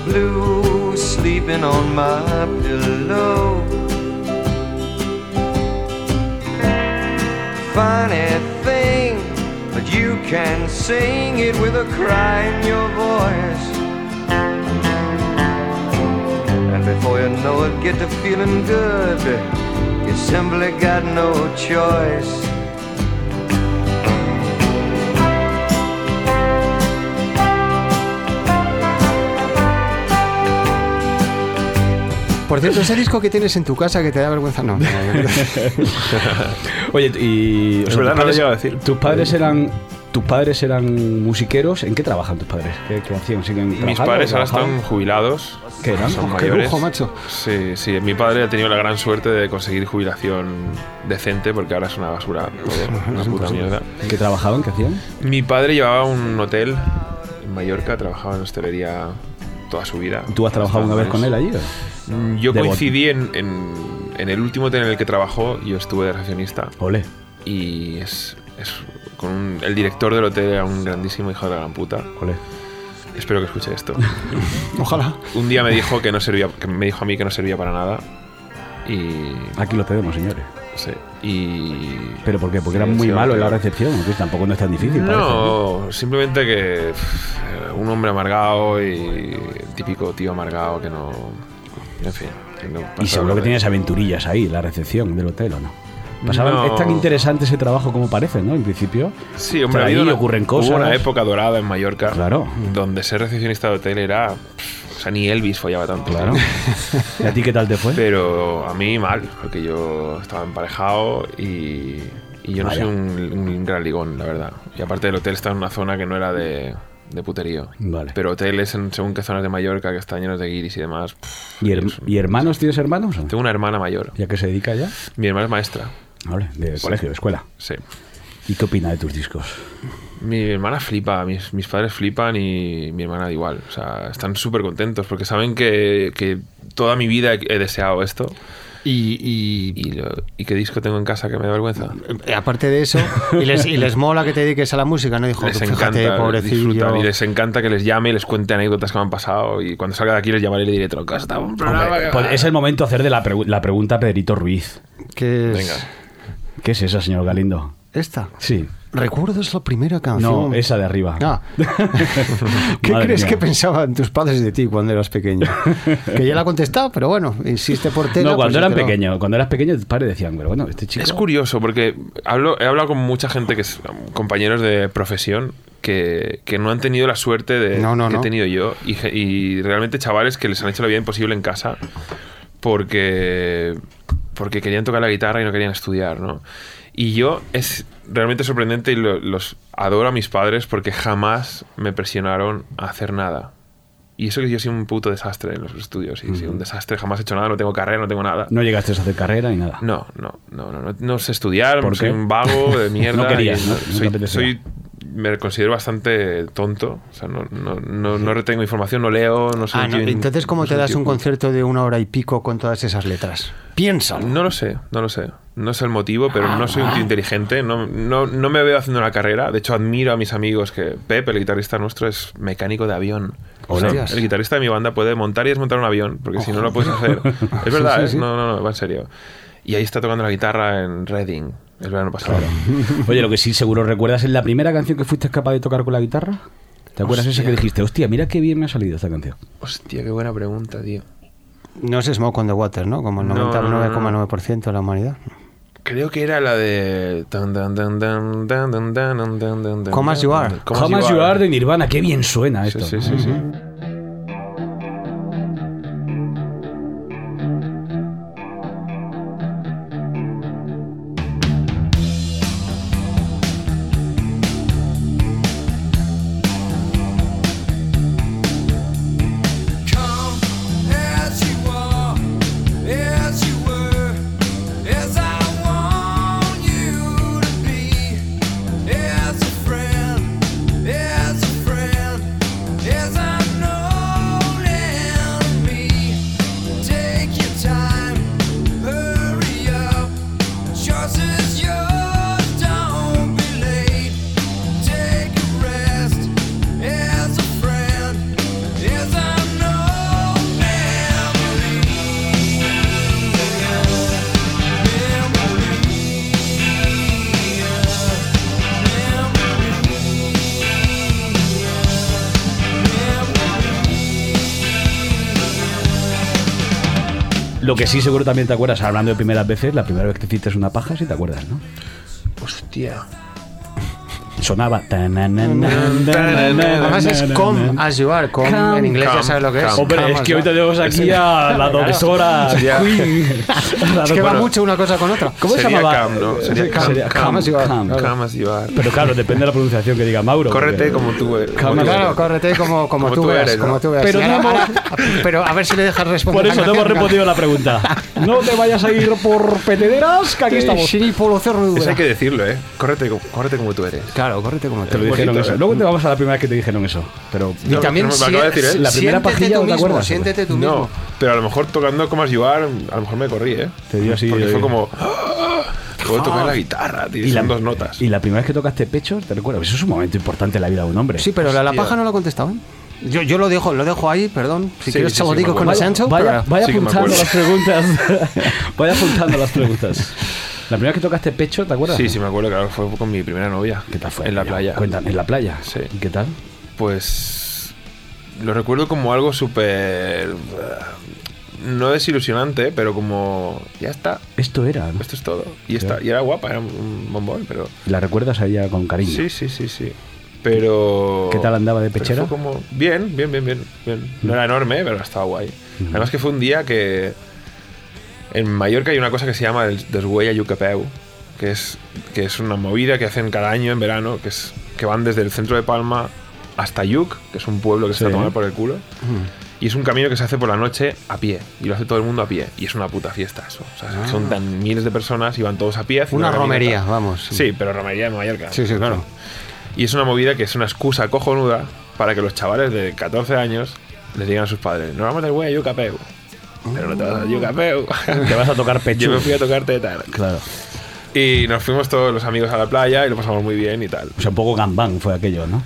H: blue, sleeping on my pillow. funny thing, but you can sing it with a cry in your voice. And before you know it, get to feeling good. You simply got no choice.
F: Por cierto, ese disco que tienes en tu casa que te da vergüenza, no.
B: Oye, y... o
G: Es
B: sea, tus
G: verdad, no lo he
B: padres-
G: llegado a decir.
B: Tus padres eran... ¿Tus padres eran musiqueros? ¿En qué trabajan tus padres? ¿Qué, qué hacían? ¿Siguen
G: Mis
B: trabajando?
G: padres ahora están
B: ¿Trabajaban?
G: jubilados,
B: ¿Qué eran?
G: son
F: Qué
G: mayores.
F: lujo, macho.
G: Sí, sí, mi padre ha tenido la gran suerte de conseguir jubilación decente porque ahora es una basura, todo, una puta mierda.
B: ¿Qué trabajaban? ¿Qué hacían?
G: Mi padre llevaba un hotel en Mallorca, trabajaba en hostelería toda su vida.
B: ¿Tú has trabajado una vez con él allí? o?
G: Mm, Yo
B: De bot-
G: coincidí en, en- en el último hotel en el que trabajó, yo estuve de recepcionista
B: Ole.
G: y es, es con un- el director del hotel era un grandísimo hijo de la gran puta.
B: Ole.
G: Espero que escuche esto.
F: Ojalá.
G: un día me dijo que no servía, que me dijo a mí que no servía para nada y
B: Aquí lo tenemos, señores.
G: sí, y
B: ¿Pero por qué? ¿Porque era
G: Sí,
B: muy
G: sí,
B: malo en la
G: claro.
B: recepción? Pues tampoco no es tan difícil. parece,
G: No, simplemente que pff, un hombre amargado y el típico tío amargado que no. En fin. que no pasa
B: Y seguro que
G: nada.
B: tienes aventurillas ahí, la recepción del hotel, ¿o no? Pasaban-
G: No.
B: Es tan interesante ese trabajo como parece, ¿no? En principio.
G: Sí, hombre,
B: Pero
G: ha habido
B: ahí
G: una-
B: ocurren cosas.
G: Hubo una época dorada en Mallorca.
B: Claro.
G: Donde ser recepcionista de hotel era. pff, O sea, ni Elvis follaba tanto.
B: Claro. ¿Y a ti qué tal te fue?
G: Pero a mí mal, porque yo estaba emparejado y, y yo no
B: Vaya.
G: soy un, un gran ligón, la verdad. Y aparte el hotel estaba en una zona que no era de, de puterío.
B: Vale.
G: Pero hoteles en según qué zonas de Mallorca que están llenos de guiris y demás. pff,
B: ¿Y, her-
G: es un-
B: y hermanos? ¿Tienes hermanos? o no?
G: Tengo una hermana mayor.
B: ¿Ya que se dedica ya?
G: Mi hermana es maestra.
B: Vale, de
G: Sí.
B: colegio, de escuela.
G: Sí.
B: ¿Y qué opina de tus discos?
G: Mi hermana flipa, mis, mis padres flipan y mi hermana igual. O sea, están súper contentos porque saben que, que toda mi vida he, he deseado esto.
F: Y, y-
G: Y, lo- ¿Y qué disco tengo en casa que me da vergüenza?
F: eh, aparte de eso, y les, y les mola que te dediques a la música, ¿no? Dijo,
G: les
F: fíjate,
G: encanta disfrutar
F: pobrecillo.
G: y les encanta que les llame y les cuente anécdotas que me han pasado y cuando salga de aquí les llamaré y le diré troca hasta un programa
B: Hombre,
G: que-
B: pues es el momento de hacer de la, pregu- la pregunta a Pedrito Ruiz.
F: Que es
G: venga
B: ¿Qué es esa, señor Galindo?
F: esta.
B: Sí.
F: ¿Recuerdas la primera canción?
B: No, esa de arriba.
F: Ah. ¿Qué
B: Madre
F: crees
B: mía.
F: que pensaban tus padres de ti cuando eras pequeño? Que ya la he contestado, pero bueno, insiste por tela.
B: no, cuando
F: pues ya
B: eran
F: te lo-
B: pequeños, cuando eras pequeño tus padres decían, pero bueno, este chico
G: es curioso porque hablo, he hablado con mucha gente que es compañeros de profesión que, que no han tenido la suerte de
F: No, no,
G: que
F: no.
G: he tenido yo y, ge- y realmente chavales que les han hecho la vida imposible en casa porque porque querían tocar la guitarra y no querían estudiar, ¿no? Y yo es realmente sorprendente y lo- los adoro a mis padres porque jamás me presionaron a hacer nada. Y eso que yo soy un puto desastre en los estudios. Y soy un desastre, jamás he hecho nada, no tengo carrera, no tengo nada.
B: no llegaste a hacer carrera ni nada.
G: No, no, no, no, no, no sé estudiar,
B: ¿Por
G: soy
B: qué?
G: un vago de mierda.
B: No querías,
G: y
B: ¿no? No te
G: Soy,
B: apetecía.
G: soy- me considero bastante tonto, o sea, no, no, no, no retengo información, no leo, no soy
F: Ah,
G: un
F: no,
G: tío-
F: Entonces, ¿cómo
G: no
F: te
G: soy
F: das
G: tío
F: un
G: culto.
F: concierto de una hora y pico con todas esas letras? Piénsalo.
G: No lo sé, no lo sé. No sé el motivo, pero no soy un tío inteligente. No, no, no me veo haciendo una carrera. De hecho, admiro a mis amigos que Pepe, el guitarrista nuestro, es mecánico de avión. O sea,
F: Hostias.
G: el guitarrista de mi banda puede montar y desmontar un avión, porque si no lo puedes hacer. Es verdad,
F: Sí, sí,
G: ¿eh?
F: sí.
G: No, no, no, va en serio. Y ahí está tocando la guitarra en Reading el verano pasado.
B: Oye, lo que sí seguro recuerdas es la primera canción que fuiste capaz de tocar con la guitarra. ¿Te acuerdas esa que
G: Hostia.
B: dijiste? Hostia, mira qué bien me ha salido esta canción.
G: Hostia, qué buena pregunta, tío.
F: No es Smoke on the Water, ¿no? Como el
G: No, no, no, no.
F: 99,9% de la humanidad.
G: Creo que era la de. tan, tan, tan, tan, tan, tan, tan, tan, tan, tan, tan,
F: Come As You Are.
G: Come As
B: How Much You Are de Nirvana, qué bien suena
G: Sí,
B: esto.
G: sí, sí, sí.
H: Come as you are, as you were, as I want you to be, as a friend, as a friend, as I'm known and me. Take your time, hurry up. Choice is yours, don't be late. Take a rest as a friend, as I'm no
B: Lo que sí seguro también te acuerdas, hablando de primeras veces, la primera vez que te hiciste una paja, sí te acuerdas, ¿no?
G: Hostia.
B: Sonaba.
F: Además
B: Además
F: es Come As You Are. Come,
B: Come.
F: en inglés ya
G: Come,
F: sabes lo que es.
G: come.
B: Hombre,
F: Come
B: es
F: as
B: que
F: you
B: hoy
F: are.
B: tenemos aquí a la doctora
G: Sería-
B: Queen. La
F: Es que va
B: doctora-
F: mucho una cosa con otra.
B: ¿Cómo se
G: Sería
B: llamaba?
G: Cam, ¿no? Sería Cam,
B: Sería
G: Cam,
F: Cam as you are.
B: Cam.
F: Claro.
G: Come As You Are.
B: Pero claro, depende de la pronunciación que diga Mauro.
G: Córrete
B: porque-
G: como tú, eh, como
B: Cam-
G: tú
F: Claro,
G: eres.
F: córrete como, como, tú, veas,
G: eres, ¿no?
F: como tú veas.
B: Pero
F: Y ahora-
B: no hemos-
F: ahora- pero a ver si le dejas responder.
B: Por eso
F: la
B: te hemos
F: canción.
B: respondido la pregunta. No te vayas a ir por petederas, que aquí estamos.
F: Sí, Polo Cerro
G: Eso hay que decirlo, ¿eh? Córrete, co- córrete como tú eres.
F: Claro, córrete como
B: Te
F: tú.
B: lo dijeron
G: bonito,
B: eso.
G: ¿eh?
B: Luego te vamos a la primera vez que te dijeron eso. Pero
F: Y también
G: Me lo acaba de decir él.
B: La primera
F: siéntete
B: pajilla,
F: tú
B: ¿no te
F: mismo,
B: acuerdas?
F: siéntete tú
G: No,
F: mismo.
G: pero a lo mejor tocando Come As You Are, a lo mejor me corrí, ¿eh?
B: Te dio así
G: Porque
B: de-
G: fue como. ¡ah! Luego toqué la guitarra, tío. Y
B: la-
G: son dos notas.
B: Y la primera vez que tocaste pecho, te recuerdo, eso es un momento importante en la vida de un hombre.
F: Sí, pero la, la
G: Hostia.
F: paja no lo ha contestado. ¿eh? Yo, yo lo dejo, lo dejo ahí, perdón. Si
G: Sí,
F: quieres
G: sí,
F: se lo
G: sí,
F: digo
G: me
F: con el
G: acuerdo.
F: Sancho.
B: vaya,
F: pero-
B: vaya
G: Sí que me
B: apuntando
G: acuerdo.
B: las preguntas. vaya apuntando las preguntas. La primera vez que tocaste pecho, ¿te acuerdas?
G: Sí, sí, me acuerdo, claro, fue con mi primera novia.
B: ¿Qué tal fue?
G: En la
B: Ya,
G: playa.
B: Cuéntame, en la playa.
G: Sí.
B: ¿Y qué tal?
G: Pues lo recuerdo como algo súper... eh, No desilusionante, pero como... Ya está,
B: Esto era. ¿no?
G: esto es todo. Y, ya está. y era guapa, era un bombón, pero...
B: La recuerdas a ella con cariño.
G: Sí, sí, sí, sí. Pero...
B: ¿Qué tal andaba de
G: pero
B: pechera?
G: fue como... Bien, bien, bien, bien, bien. No era enorme, pero estaba guay. Además que fue un día que... En Mallorca hay una cosa que se llama el Deshuella Yucapeu, que es, que es una movida que hacen cada año en verano, que, es, que van desde el centro de Palma hasta Yuc, que es un pueblo que se
B: Sí.
G: está a tomar por el culo.
F: Mm.
G: Y es un camino que se hace por la noche a pie, y lo hace todo el mundo a pie. Y es una puta fiesta eso. O sea, son tan miles de personas y van todos a pie. haciendo
F: Ah. Una
G: caminata.
F: romería, vamos.
G: Sí, pero romería en Mallorca.
F: sí, sí, claro.
G: Y es una movida que es una excusa cojonuda para que los chavales de 14 años les digan a sus padres, nos vamos del güey a Yucapeu. Pero no te vas a Yuca, peu.
B: Te vas a tocar pecho.
G: Yo me fui a tocar teta.
B: Claro.
G: Y nos fuimos todos los amigos a la playa y lo pasamos muy bien y tal.
B: O sea, un poco gambán fue aquello, ¿no?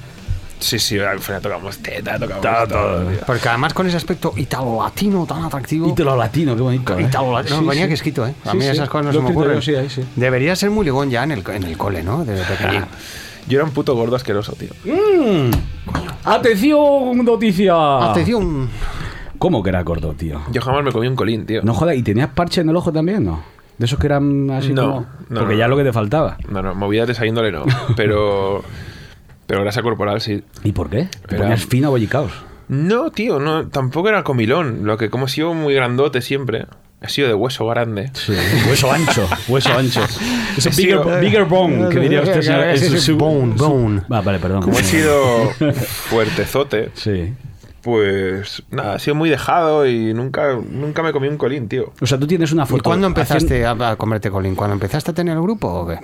G: Sí, sí, al final tocamos teta, tocamos
B: Todo,
G: todo,
B: todo.
G: tío.
F: Porque además con ese aspecto italo-latino tan atractivo.
B: Ítalo latino, qué bonito. ¿eh?
F: Italo-latino.
B: Sí,
F: venía
B: sí.
F: que escrito, ¿eh? A
B: Sí,
F: mí
B: sí.
F: esas cosas no
B: Lo
F: se me
B: he escrito
F: ocurren.
B: yo, sí, ahí sí.
F: Debería ser muy ligón ya en el, en el cole, ¿no? Desde pequeño.
G: Yo era un puto gordo asqueroso, tío.
B: ¡Atención, noticia!
F: Atención.
B: ¿Cómo que era gordo, tío?
G: Yo jamás me comí un colín, tío.
B: No jodas, ¿y tenías parche en el ojo también, no? De esos que eran así
G: No,
B: como...
G: no,
B: Porque
G: no,
B: ya
G: no.
B: lo que te faltaba.
G: No, no, movidas de saliéndole no. Pero. Pero grasa corporal sí.
B: ¿Y por qué? Te
G: Era-
B: ponías fino a bollicaos.
G: No, tío, no, tampoco era comilón. Lo que, como he sido muy grandote siempre, he sido de hueso grande.
B: Sí. Hueso ancho, hueso ancho. Ese
G: Sí,
B: bigger,
G: o-
B: bigger bone, que diría usted, señor.
F: Ese
B: Eso
F: es bone, bone.
B: Ah, vale, perdón.
G: Como he sido fuertezote,
B: Sí.
G: pues nada, he sido muy dejado y nunca, nunca me comí un colín, tío.
B: O sea, tú tienes una
F: ¿Y
B: foto...
F: cuándo
B: haciendo-
F: empezaste a, a comerte colín? ¿Cuándo empezaste a tener el grupo o qué?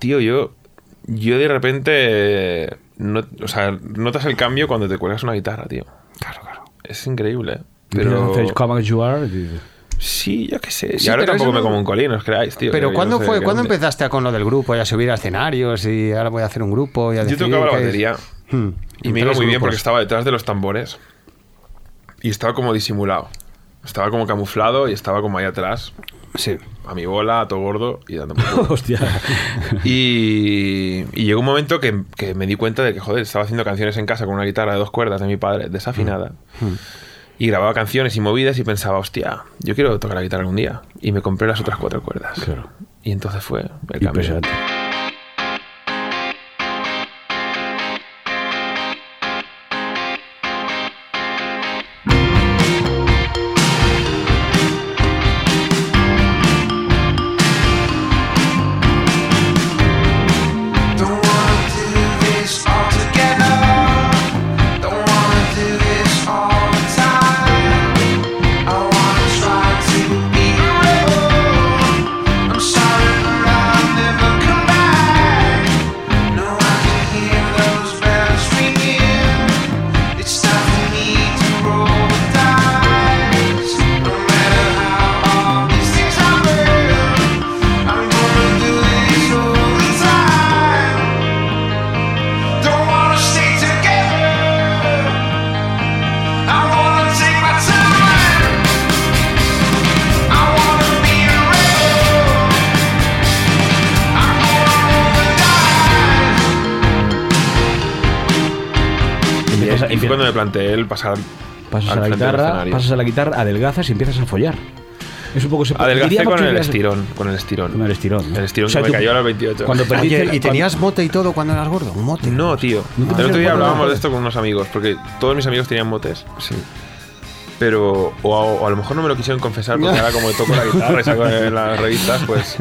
G: Tío, yo, yo de repente, eh, no- o sea, notas el cambio cuando te cuelgas una guitarra, tío.
F: Claro, claro.
G: Es increíble. ¿eh?
B: Pero...
G: Pero
B: haces Come As You Are, y-
G: sí, yo qué sé.
F: Sí,
G: y ahora
F: pero
G: tampoco
F: eso
G: me
F: no-
G: como un colín, os creáis, tío.
F: Pero
G: que
F: ¿cuándo
G: no sé
F: fue?
G: de
F: ¿Cuándo
G: dónde.
F: empezaste a- con lo del grupo y a subir a escenarios y ahora voy a hacer un grupo? Y a
G: Yo
F: decidir
G: tocaba la
F: qué es?
G: batería.
F: Hmm.
G: Y me iba
F: Tres
G: muy bien
F: grupos.
G: porque estaba detrás de los tambores. Y estaba como disimulado. Estaba como camuflado y estaba como ahí atrás.
F: Sí.
G: A mi bola, a todo gordo y dando por culo.
B: Hostia.
G: y, y llegó un momento que, que me di cuenta de que, joder, estaba haciendo canciones en casa con una guitarra de dos cuerdas de mi padre, desafinada.
B: Mm.
G: y grababa canciones y movidas y pensaba, hostia, yo quiero tocar la guitarra algún día. Y me compré las otras cuatro cuerdas.
B: Claro.
G: Y entonces fue el
B: Y pues
G: cambio.
B: pesate.
H: Don't wanna do this all together. Don't wanna do this all the time. I wanna try to be a rebel. I'm sorry, but I'll never come back. No, I can hear those bells ringing. It's time for me to roll the dice. No matter how all these things are I'm gonna do this all the time. Don't wanna stay together. I wanna take my time. I wanna be a rebel. I'm gonna roll the dice.
B: Y
G: Y,
B: empiezas-
G: y fue
B: empiezas-
G: cuando me planteé el pasar
B: Pasas
G: al
B: a la
G: frente del
B: guitarra,
G: escenario.
B: pasas a la guitarra, adelgazas y empiezas a follar. Es un poco se
G: Adelgacé
B: diríamos
G: con
B: que
G: el
B: dirías-
G: estirón, con el estirón.
B: Con el estirón. ¿no?
G: El estirón
B: O sea,
G: que
B: tú-
G: me cayó a los 28.
B: Cuando perdiste.
F: Oye, ¿y tenías mote y todo cuando eras gordo? ¿Un mote?
G: No, tío.
B: te
G: el otro
B: hacías
G: día
B: botones,
G: hablábamos
B: joder.
G: de esto con unos amigos, porque todos mis amigos tenían motes. Sí. Pero, o a, o a lo mejor no me lo quisieron confesar, porque ahora como toco la guitarra y salgo en las revistas, pues.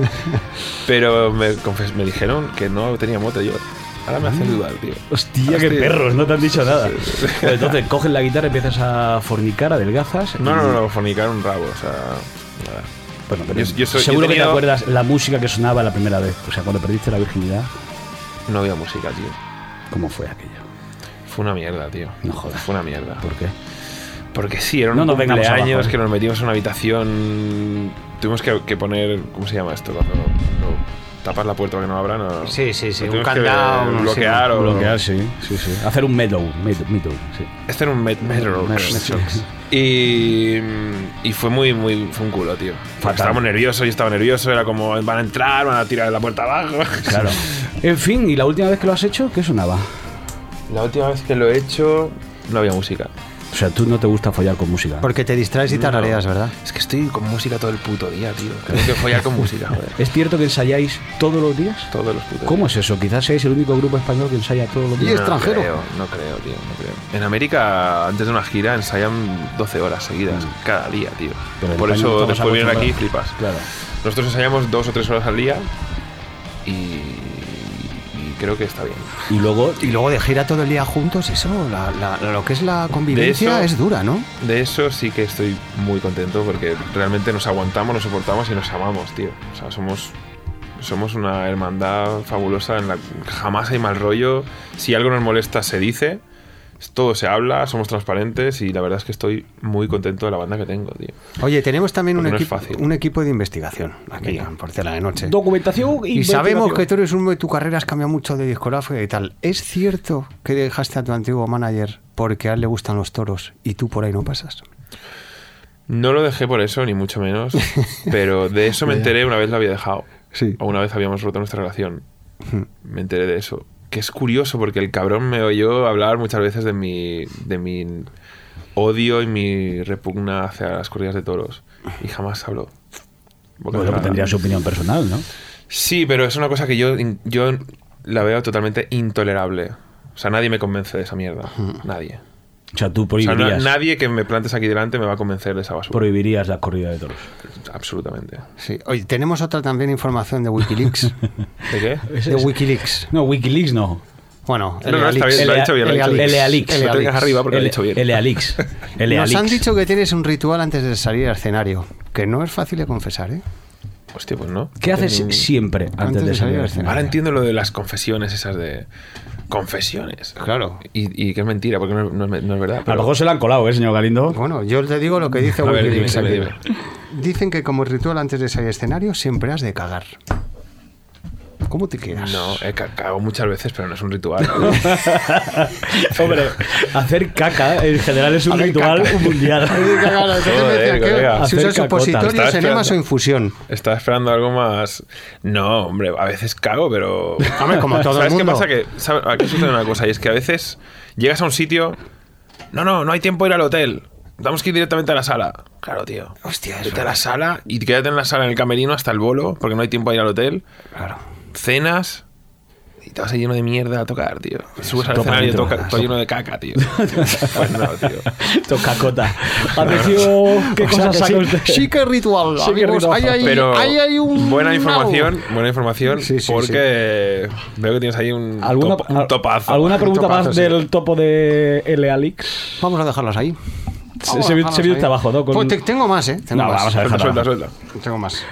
G: Pero me, confes- me dijeron que no tenía mote yo. Ahora me
B: Mm.
G: hace dudar, tío.
B: Hostia, qué
G: Hostia.
B: perros, no te han dicho nada.
G: Sí, sí, sí.
B: Bueno, Entonces coges la guitarra, empiezas a fornicar, adelgazas.
G: No,
B: y-
G: no, no, fornicar un rabo, o sea. nada.
B: Bueno, pero
G: Yo- yo soy- yo
B: seguro que te
G: tenía-
B: acuerdas la música que sonaba la primera vez. O sea, cuando perdiste la virginidad,
G: No había música, tío.
B: ¿cómo fue aquello?
G: Fue una mierda, tío.
B: No jodas.
G: Fue una mierda.
B: ¿Por qué?
G: Porque sí, era un
B: No nos vengamos
G: cumpleaños
B: abajo, ¿eh?
G: que nos metimos en una habitación. Tuvimos que, que poner. ¿Cómo se llama esto? Cuando, cuando tapas la puerta para que no abra. No,
F: Sí, sí, sí,
G: Lo
F: un
G: tuvimos que
F: candado, no sé,
G: Bloquear o.
B: Bloquear, sí, sí, sí. Hacer un meadow, meadow, meadow, sí.
G: Este era un met metal.
B: Metal, metal.
G: Y, y fue muy, muy. Fue un culo, tío.
B: Fatal.
G: Estábamos nerviosos, yo estaba nervioso. Era como, van a entrar, van a tirar la puerta abajo.
B: Claro. En fin, ¿y la última vez que lo has hecho? ¿Qué sonaba?
G: La última vez que lo he hecho, no había música.
B: O sea, tú no te gusta follar con música.
F: Porque te distraes y tarareas, ¿verdad?
G: Es que estoy con música todo el puto día, tío. Tengo que follar con música, joder.
B: ¿Es cierto que ensayáis todos los días?
G: Todos los putos días.
B: ¿Cómo es eso? Quizás seáis el único grupo español que ensaya todos los
F: Y
B: días.
F: extranjero.
G: creo, no creo, tío, no creo. En América, antes de una gira, ensayan 12 horas seguidas, cada día, tío.
B: Mm. Pero en España
G: Por
B: no
G: eso
B: estamos
G: después vienen aquí y
B: acostumbrados.
G: flipas. Nosotros ensayamos dos o tres horas al día y, y creo que está bien.
B: Claro. Y luego,
F: Y luego de gira todo el día juntos, eso, la- la- lo que es la convivencia
G: eso-
F: es dura, ¿no?
G: De eso sí que estoy muy contento porque realmente nos aguantamos, nos soportamos y nos amamos, tío. O sea, somos, somos una hermandad fabulosa en la que jamás hay mal rollo. Si algo nos molesta, se dice. Todo se habla, somos transparentes y la verdad es que estoy muy contento de la banda que tengo, tío.
F: Oye, tenemos también un,
G: Porque no es
F: equipo-
G: fácil.
F: un equipo de investigación aquí en Portela de Noche.
B: Documentación
F: Y sabemos que tú eres un tu carrera has cambiado mucho de discográfica y tal. ¿Es cierto que dejaste a tu antiguo manager porque a él le gustan los toros y tú por ahí no pasas?
G: No lo dejé por eso, ni mucho menos, pero de eso me enteré una vez lo había dejado.
F: Sí.
G: O una vez habíamos roto nuestra relación. Me enteré de eso. Que es curioso porque el cabrón me oyó hablar muchas veces de mi, de mi odio y mi repugna hacia las corridas de toros. Y jamás habló. Boca cerrada.
B: tendría su opinión personal, ¿no?
G: Sí, pero es una cosa que yo, yo la veo totalmente intolerable. O sea, nadie me convence de esa mierda. Nadie.
B: O sea, tú
G: O sea, na-
B: prohibirías,
G: nadie que me plantes aquí delante me va a convencer de esa basura.
B: prohibirías la corrida de toros.
G: Absolutamente.
F: Sí. Oye, tenemos otra también información de Wikileaks.
G: ¿De qué?
F: de Wikileaks.
B: No, Wikileaks no.
F: Bueno,
G: No, no, está
F: LeaLeaks.
G: bien, lo ha dicho bien, lo ha dicho bien.
B: LeaLeaks.
G: No te digas arriba porque lo ha dicho bien.
B: LeaLeaks.
F: Nos han
B: LeaLeaks.
F: dicho que tienes un ritual antes de salir al escenario, que no es fácil de confesar, ¿eh?
G: Hostia, pues no.
B: ¿Qué haces
G: Mm.
B: siempre antes, de salir al escenario?
G: Ahora entiendo lo de las confesiones esas de... Confesiones.
F: Claro.
G: Y, y que es mentira, porque no, no es- no es verdad.
B: A
G: pero-
B: lo mejor se la han colado, ¿eh, señor Galindo?
F: Bueno, yo te digo lo que dice
G: A ver,
F: Wikileaks
G: dime, dime,
F: aquí. Dicen que como ritual antes de salir al escenario siempre has de cagar. ¿Cómo te quedas?
G: No, he ca- cago muchas veces, pero no es un ritual.
B: Hombre, hacer caca en general es un
F: Hacer
B: ritual
F: caca.
B: mundial.
F: Entonces
G: Joder,
F: me decía, ¿qué?
G: colega.
F: Si usas
B: Hacer cacotas.
F: supositorios,
G: Estaba
F: enemas o
G: esperando.
F: infusión.
G: Estaba esperando algo más... No, hombre, a veces cago, pero...
F: Hombre, como todo
G: ¿Sabes
F: el mundo.
G: qué pasa? Que ¿sabes? aquí sucede una cosa, y es que a veces llegas a un sitio... No, no, no hay tiempo de ir al hotel. Tenemos que ir directamente a la sala. Claro, tío.
F: Hostia,
G: Vete a la sala y quédate en la sala, en el camerino, hasta el bolo, porque no hay tiempo de ir al hotel.
F: Claro.
G: cenas y te vas a lleno de mierda a tocar, tío. Subes al
B: Topa
G: escenario y
B: dentro.
G: toca- todo lleno de caca, tío. Pues no, tío.
B: Toca cota. Atención, qué
F: O sea,
B: cosa
F: que
B: saca
F: sí-
B: usted.
F: sí que ritual,
B: Sí que
F: amigos.
B: ritual.
F: Ahí hay-
G: Pero
F: ahí hay un-
G: buena información, buena información,
F: Sí, sí,
G: porque veo que tienes ahí un,
B: ¿Alguna,
G: top- un topazo.
B: ¿Alguna pregunta
F: topazo,
B: más
F: sí.
B: del topo de LeaLeaks?
F: Vamos a dejarlas ahí.
B: Se,
F: Vamos
B: se vio-
F: a dejarlas
B: se vio el
F: ahí.
B: trabajo, ¿no? Con-
F: Pues te- tengo más, ¿eh? Tengo
B: No,
F: más.
B: vamos a
G: Suelta,
B: dejarla.
G: suelta, suelta.
F: Tengo más.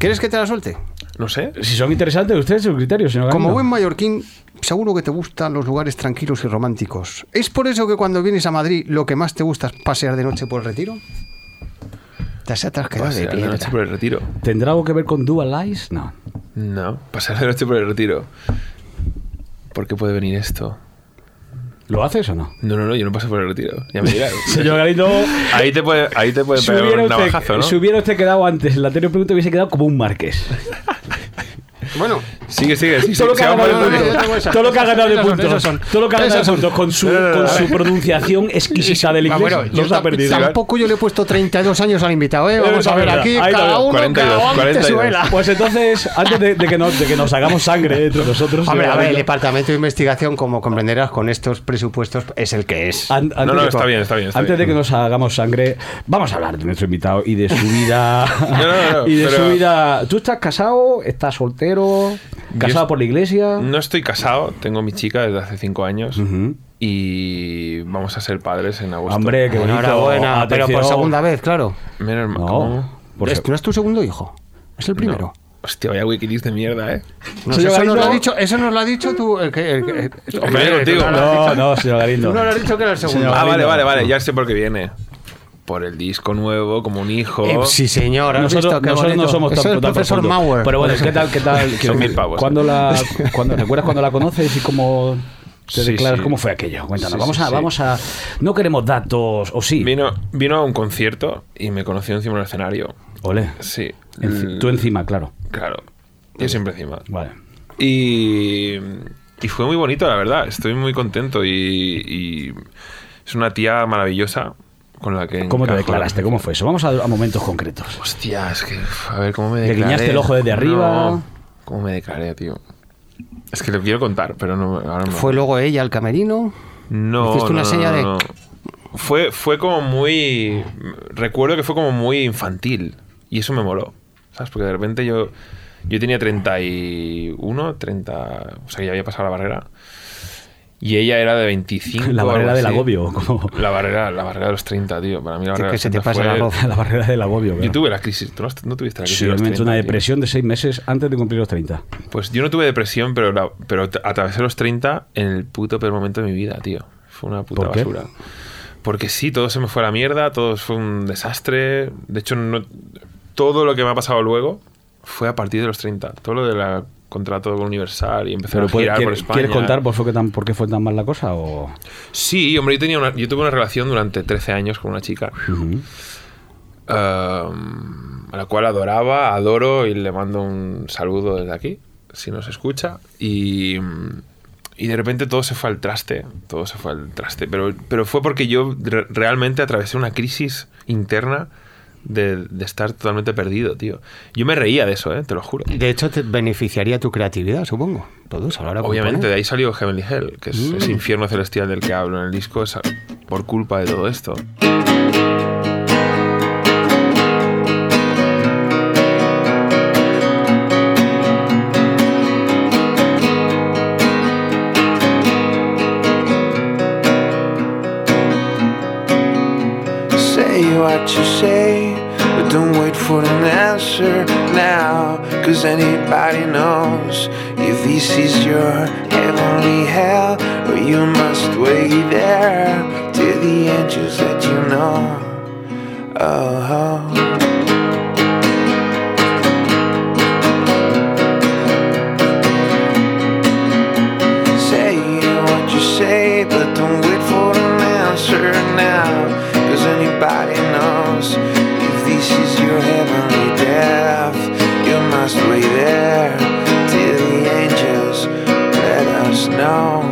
F: ¿Quieres que te la suelte?
G: No sé.
B: Si son interesantes ustedes sus criterios, señor
F: Como buen
B: Galindo.
F: mallorquín, seguro que te gustan los lugares tranquilos y románticos. ¿Es por eso que cuando vienes a Madrid lo que más te gusta es pasear de noche por el retiro? Te has atrás quedado de
G: Pasar de noche
F: piedra.
G: por el retiro.
B: ¿Tendrá algo que ver con Dual Eyes? No.
G: No, pasar de noche por el retiro. ¿Por qué puede venir esto?
B: ¿Lo haces o no?
G: No, no, no, yo no paso por el retiro. Ya me dirás.
B: Señor Galindo,
G: ahí te puede, ahí te puede
B: si
G: pegar
B: hubiera,
G: un
B: usted,
G: navajazo, ¿no?
B: si hubiera usted quedado antes en la anterior pregunta, hubiese quedado como un marqués.
F: Bueno,
G: Sigue, sigue, sí, sí,
B: Todo lo que
G: se
B: ha
G: va
B: ganado
G: por el
B: de
G: retiro.
F: yo tengo
B: puntos,
F: esas.
B: todo lo que ha ganado de
F: Esas son,
B: puntos,
F: esas son.
B: todo lo que ha ganado de
F: Esas son.
B: puntos con su, con su pronunciación exquisita del
F: Ah,
B: inglés,
F: bueno, yo
B: los ha
F: tam-
B: perdido. ¿eh?
F: tampoco yo le he puesto 32 años al invitado, ¿eh?
B: Es
F: Vamos a ver
B: verdad,
F: aquí,
B: ahí
F: cada
B: está,
F: uno,
G: 42,
F: cada uno
G: 42.
F: te suela.
B: Pues entonces, antes de, de que nos, de que nos hagamos sangre entre nosotros, señor
F: Hombre, a ver, el
B: Galindo,
F: departamento de investigación, como comprenderás, con estos presupuestos es el que es.
B: an- antes
G: no,
B: de-
G: está bien, está bien, está
B: antes de
G: bien.
B: que nos hagamos sangre, vamos a hablar de nuestro invitado y de su vida.
G: no, no,
B: y de
G: pero-
B: su vida. ¿Tú estás casado? ¿Estás soltero? ¿Casado
G: Yo-
B: por la iglesia?
G: No estoy casado, tengo mi chica desde hace cinco años
B: Ujú.
G: y vamos a ser padres en agosto.
B: Hombre, qué bonito.
F: Enhorabuena, pero por
B: Atención.
F: segunda vez, claro.
G: menos mal. Oh.
B: No. Por
F: Es- no es tu segundo hijo, es el primero.
G: Hostia, vaya Wikileaks de mierda, eh.
F: No,
B: Señor
F: eso, nos
B: Galindo.
F: lo ha dicho, eso nos lo ha dicho tú. el que- el que- el-
G: Hombre,
F: el-
G: contigo.
F: tú no lo has
B: No,
F: dicho.
B: no, señor Galindo.
F: Tú no lo has dicho que era el segundo.
B: Señor
G: Ah, vale,
B: Galindo.
G: vale, vale, ya sé por qué viene. Por el disco nuevo, como un hijo.
F: Eh, sí, señor. ¿has
B: Nosotros,
F: visto qué
B: nosotros no
F: bonito?
B: somos
F: Eso
B: tan,
F: es el
B: tan
F: profesor
B: profundos.
F: Mauer.
B: Pero bueno, ¿qué tal? ¿Qué tal? Quiero
G: Son
B: decir,
G: mil pavos. eh.
B: ¿Cuándo la, cuándo, ¿Recuerdas cuando la conoces y cómo te
G: Sí,
B: declaras?
G: sí.
B: ¿Cómo fue aquello? Cuéntanos.
G: Sí,
B: vamos,
G: sí,
B: a,
G: sí.
B: vamos a. No queremos datos, o sí.
G: Vino, vino a un concierto y me conoció encima del escenario.
B: Ole.
G: Sí. Mm.
B: Enci- tú encima, claro.
G: Claro. Yo siempre encima.
B: Vale.
G: Y, y fue muy bonito, la verdad. Estoy muy contento y, y es una tía maravillosa con la que...
B: ¿Cómo te
G: encajo.
B: declaraste? ¿Cómo fue eso? Vamos a, a momentos concretos.
G: Hostia, es que... uf, A ver, ¿cómo me
B: ¿Le
G: declaré?
B: guiñaste el ojo desde arriba?
G: No, ¿Cómo me declaré, tío? Es que lo quiero contar, pero no, ahora no.
F: Fue luego ella al camerino.
G: No,
F: hiciste una
G: no,
F: seña
G: no,
F: de-
G: no. Fue, fue como muy... Recuerdo que fue como muy infantil. Y eso me moló. ¿Sabes? Porque de repente yo... Yo tenía 31, 30... O sea, que ya había pasado la barrera. Y ella era de 25.
B: La
G: o algo
B: barrera del
G: así.
B: agobio. como-
G: La barrera, la barrera de los 30, tío. Para mí la barrera
F: que
G: de los
F: se te
G: 30
F: pasa
G: fue-
F: la voz.
B: la barrera del agobio.
G: Yo
B: claro.
G: tuve la crisis. Pues, ¿Tú no, has- no tuviste la crisis?
B: Sí,
G: de los
B: yo me entré
G: 30,
B: una
G: tío?
B: depresión de seis meses antes de cumplir los 30.
G: Pues yo no tuve depresión, pero, la- pero t- atravesé los 30 en el puto peor momento de mi vida, tío. Fue una puta
B: ¿Por qué?
G: basura. Porque sí, todo se me fue a la mierda, todo fue un desastre. De hecho, no- todo lo que me ha pasado luego fue a partir de los 30. Todo lo del contrato con Universal y empezar
B: Pero
G: a
B: puede-
G: girar por
B: ¿quieres,
G: España.
B: ¿quieres contar por, fue que tan, por qué fue tan mal la cosa? O...
G: Sí, hombre, yo, tenía una- yo tuve una relación durante 13 años con una chica.
B: Ujú.
G: Um, a la cual adoraba, adoro y le mando un saludo desde aquí, si nos escucha. Y, mm, y de repente todo se fue al traste, todo se fue al traste. Pero, pero fue porque yo re- realmente atravesé una crisis interna de, de estar totalmente perdido, tío. Yo me reía de eso, ¿eh? te lo juro.
F: De hecho, te beneficiaría tu creatividad, supongo. Todos, ahora
G: Obviamente, de
F: componer.
G: ahí salió Heavenly Hell, que es ese infierno celestial del que hablo en el disco, es a- por culpa de todo esto.
H: Say what you say, but don't wait for an answer now. Cause anybody knows if this is your heavenly hell, or you must wait there till the angels that you know. Oh, Say what you say, but don't wait for an answer now. Cause anybody knows if this is your heavenly death, you must wait there till the angels let us know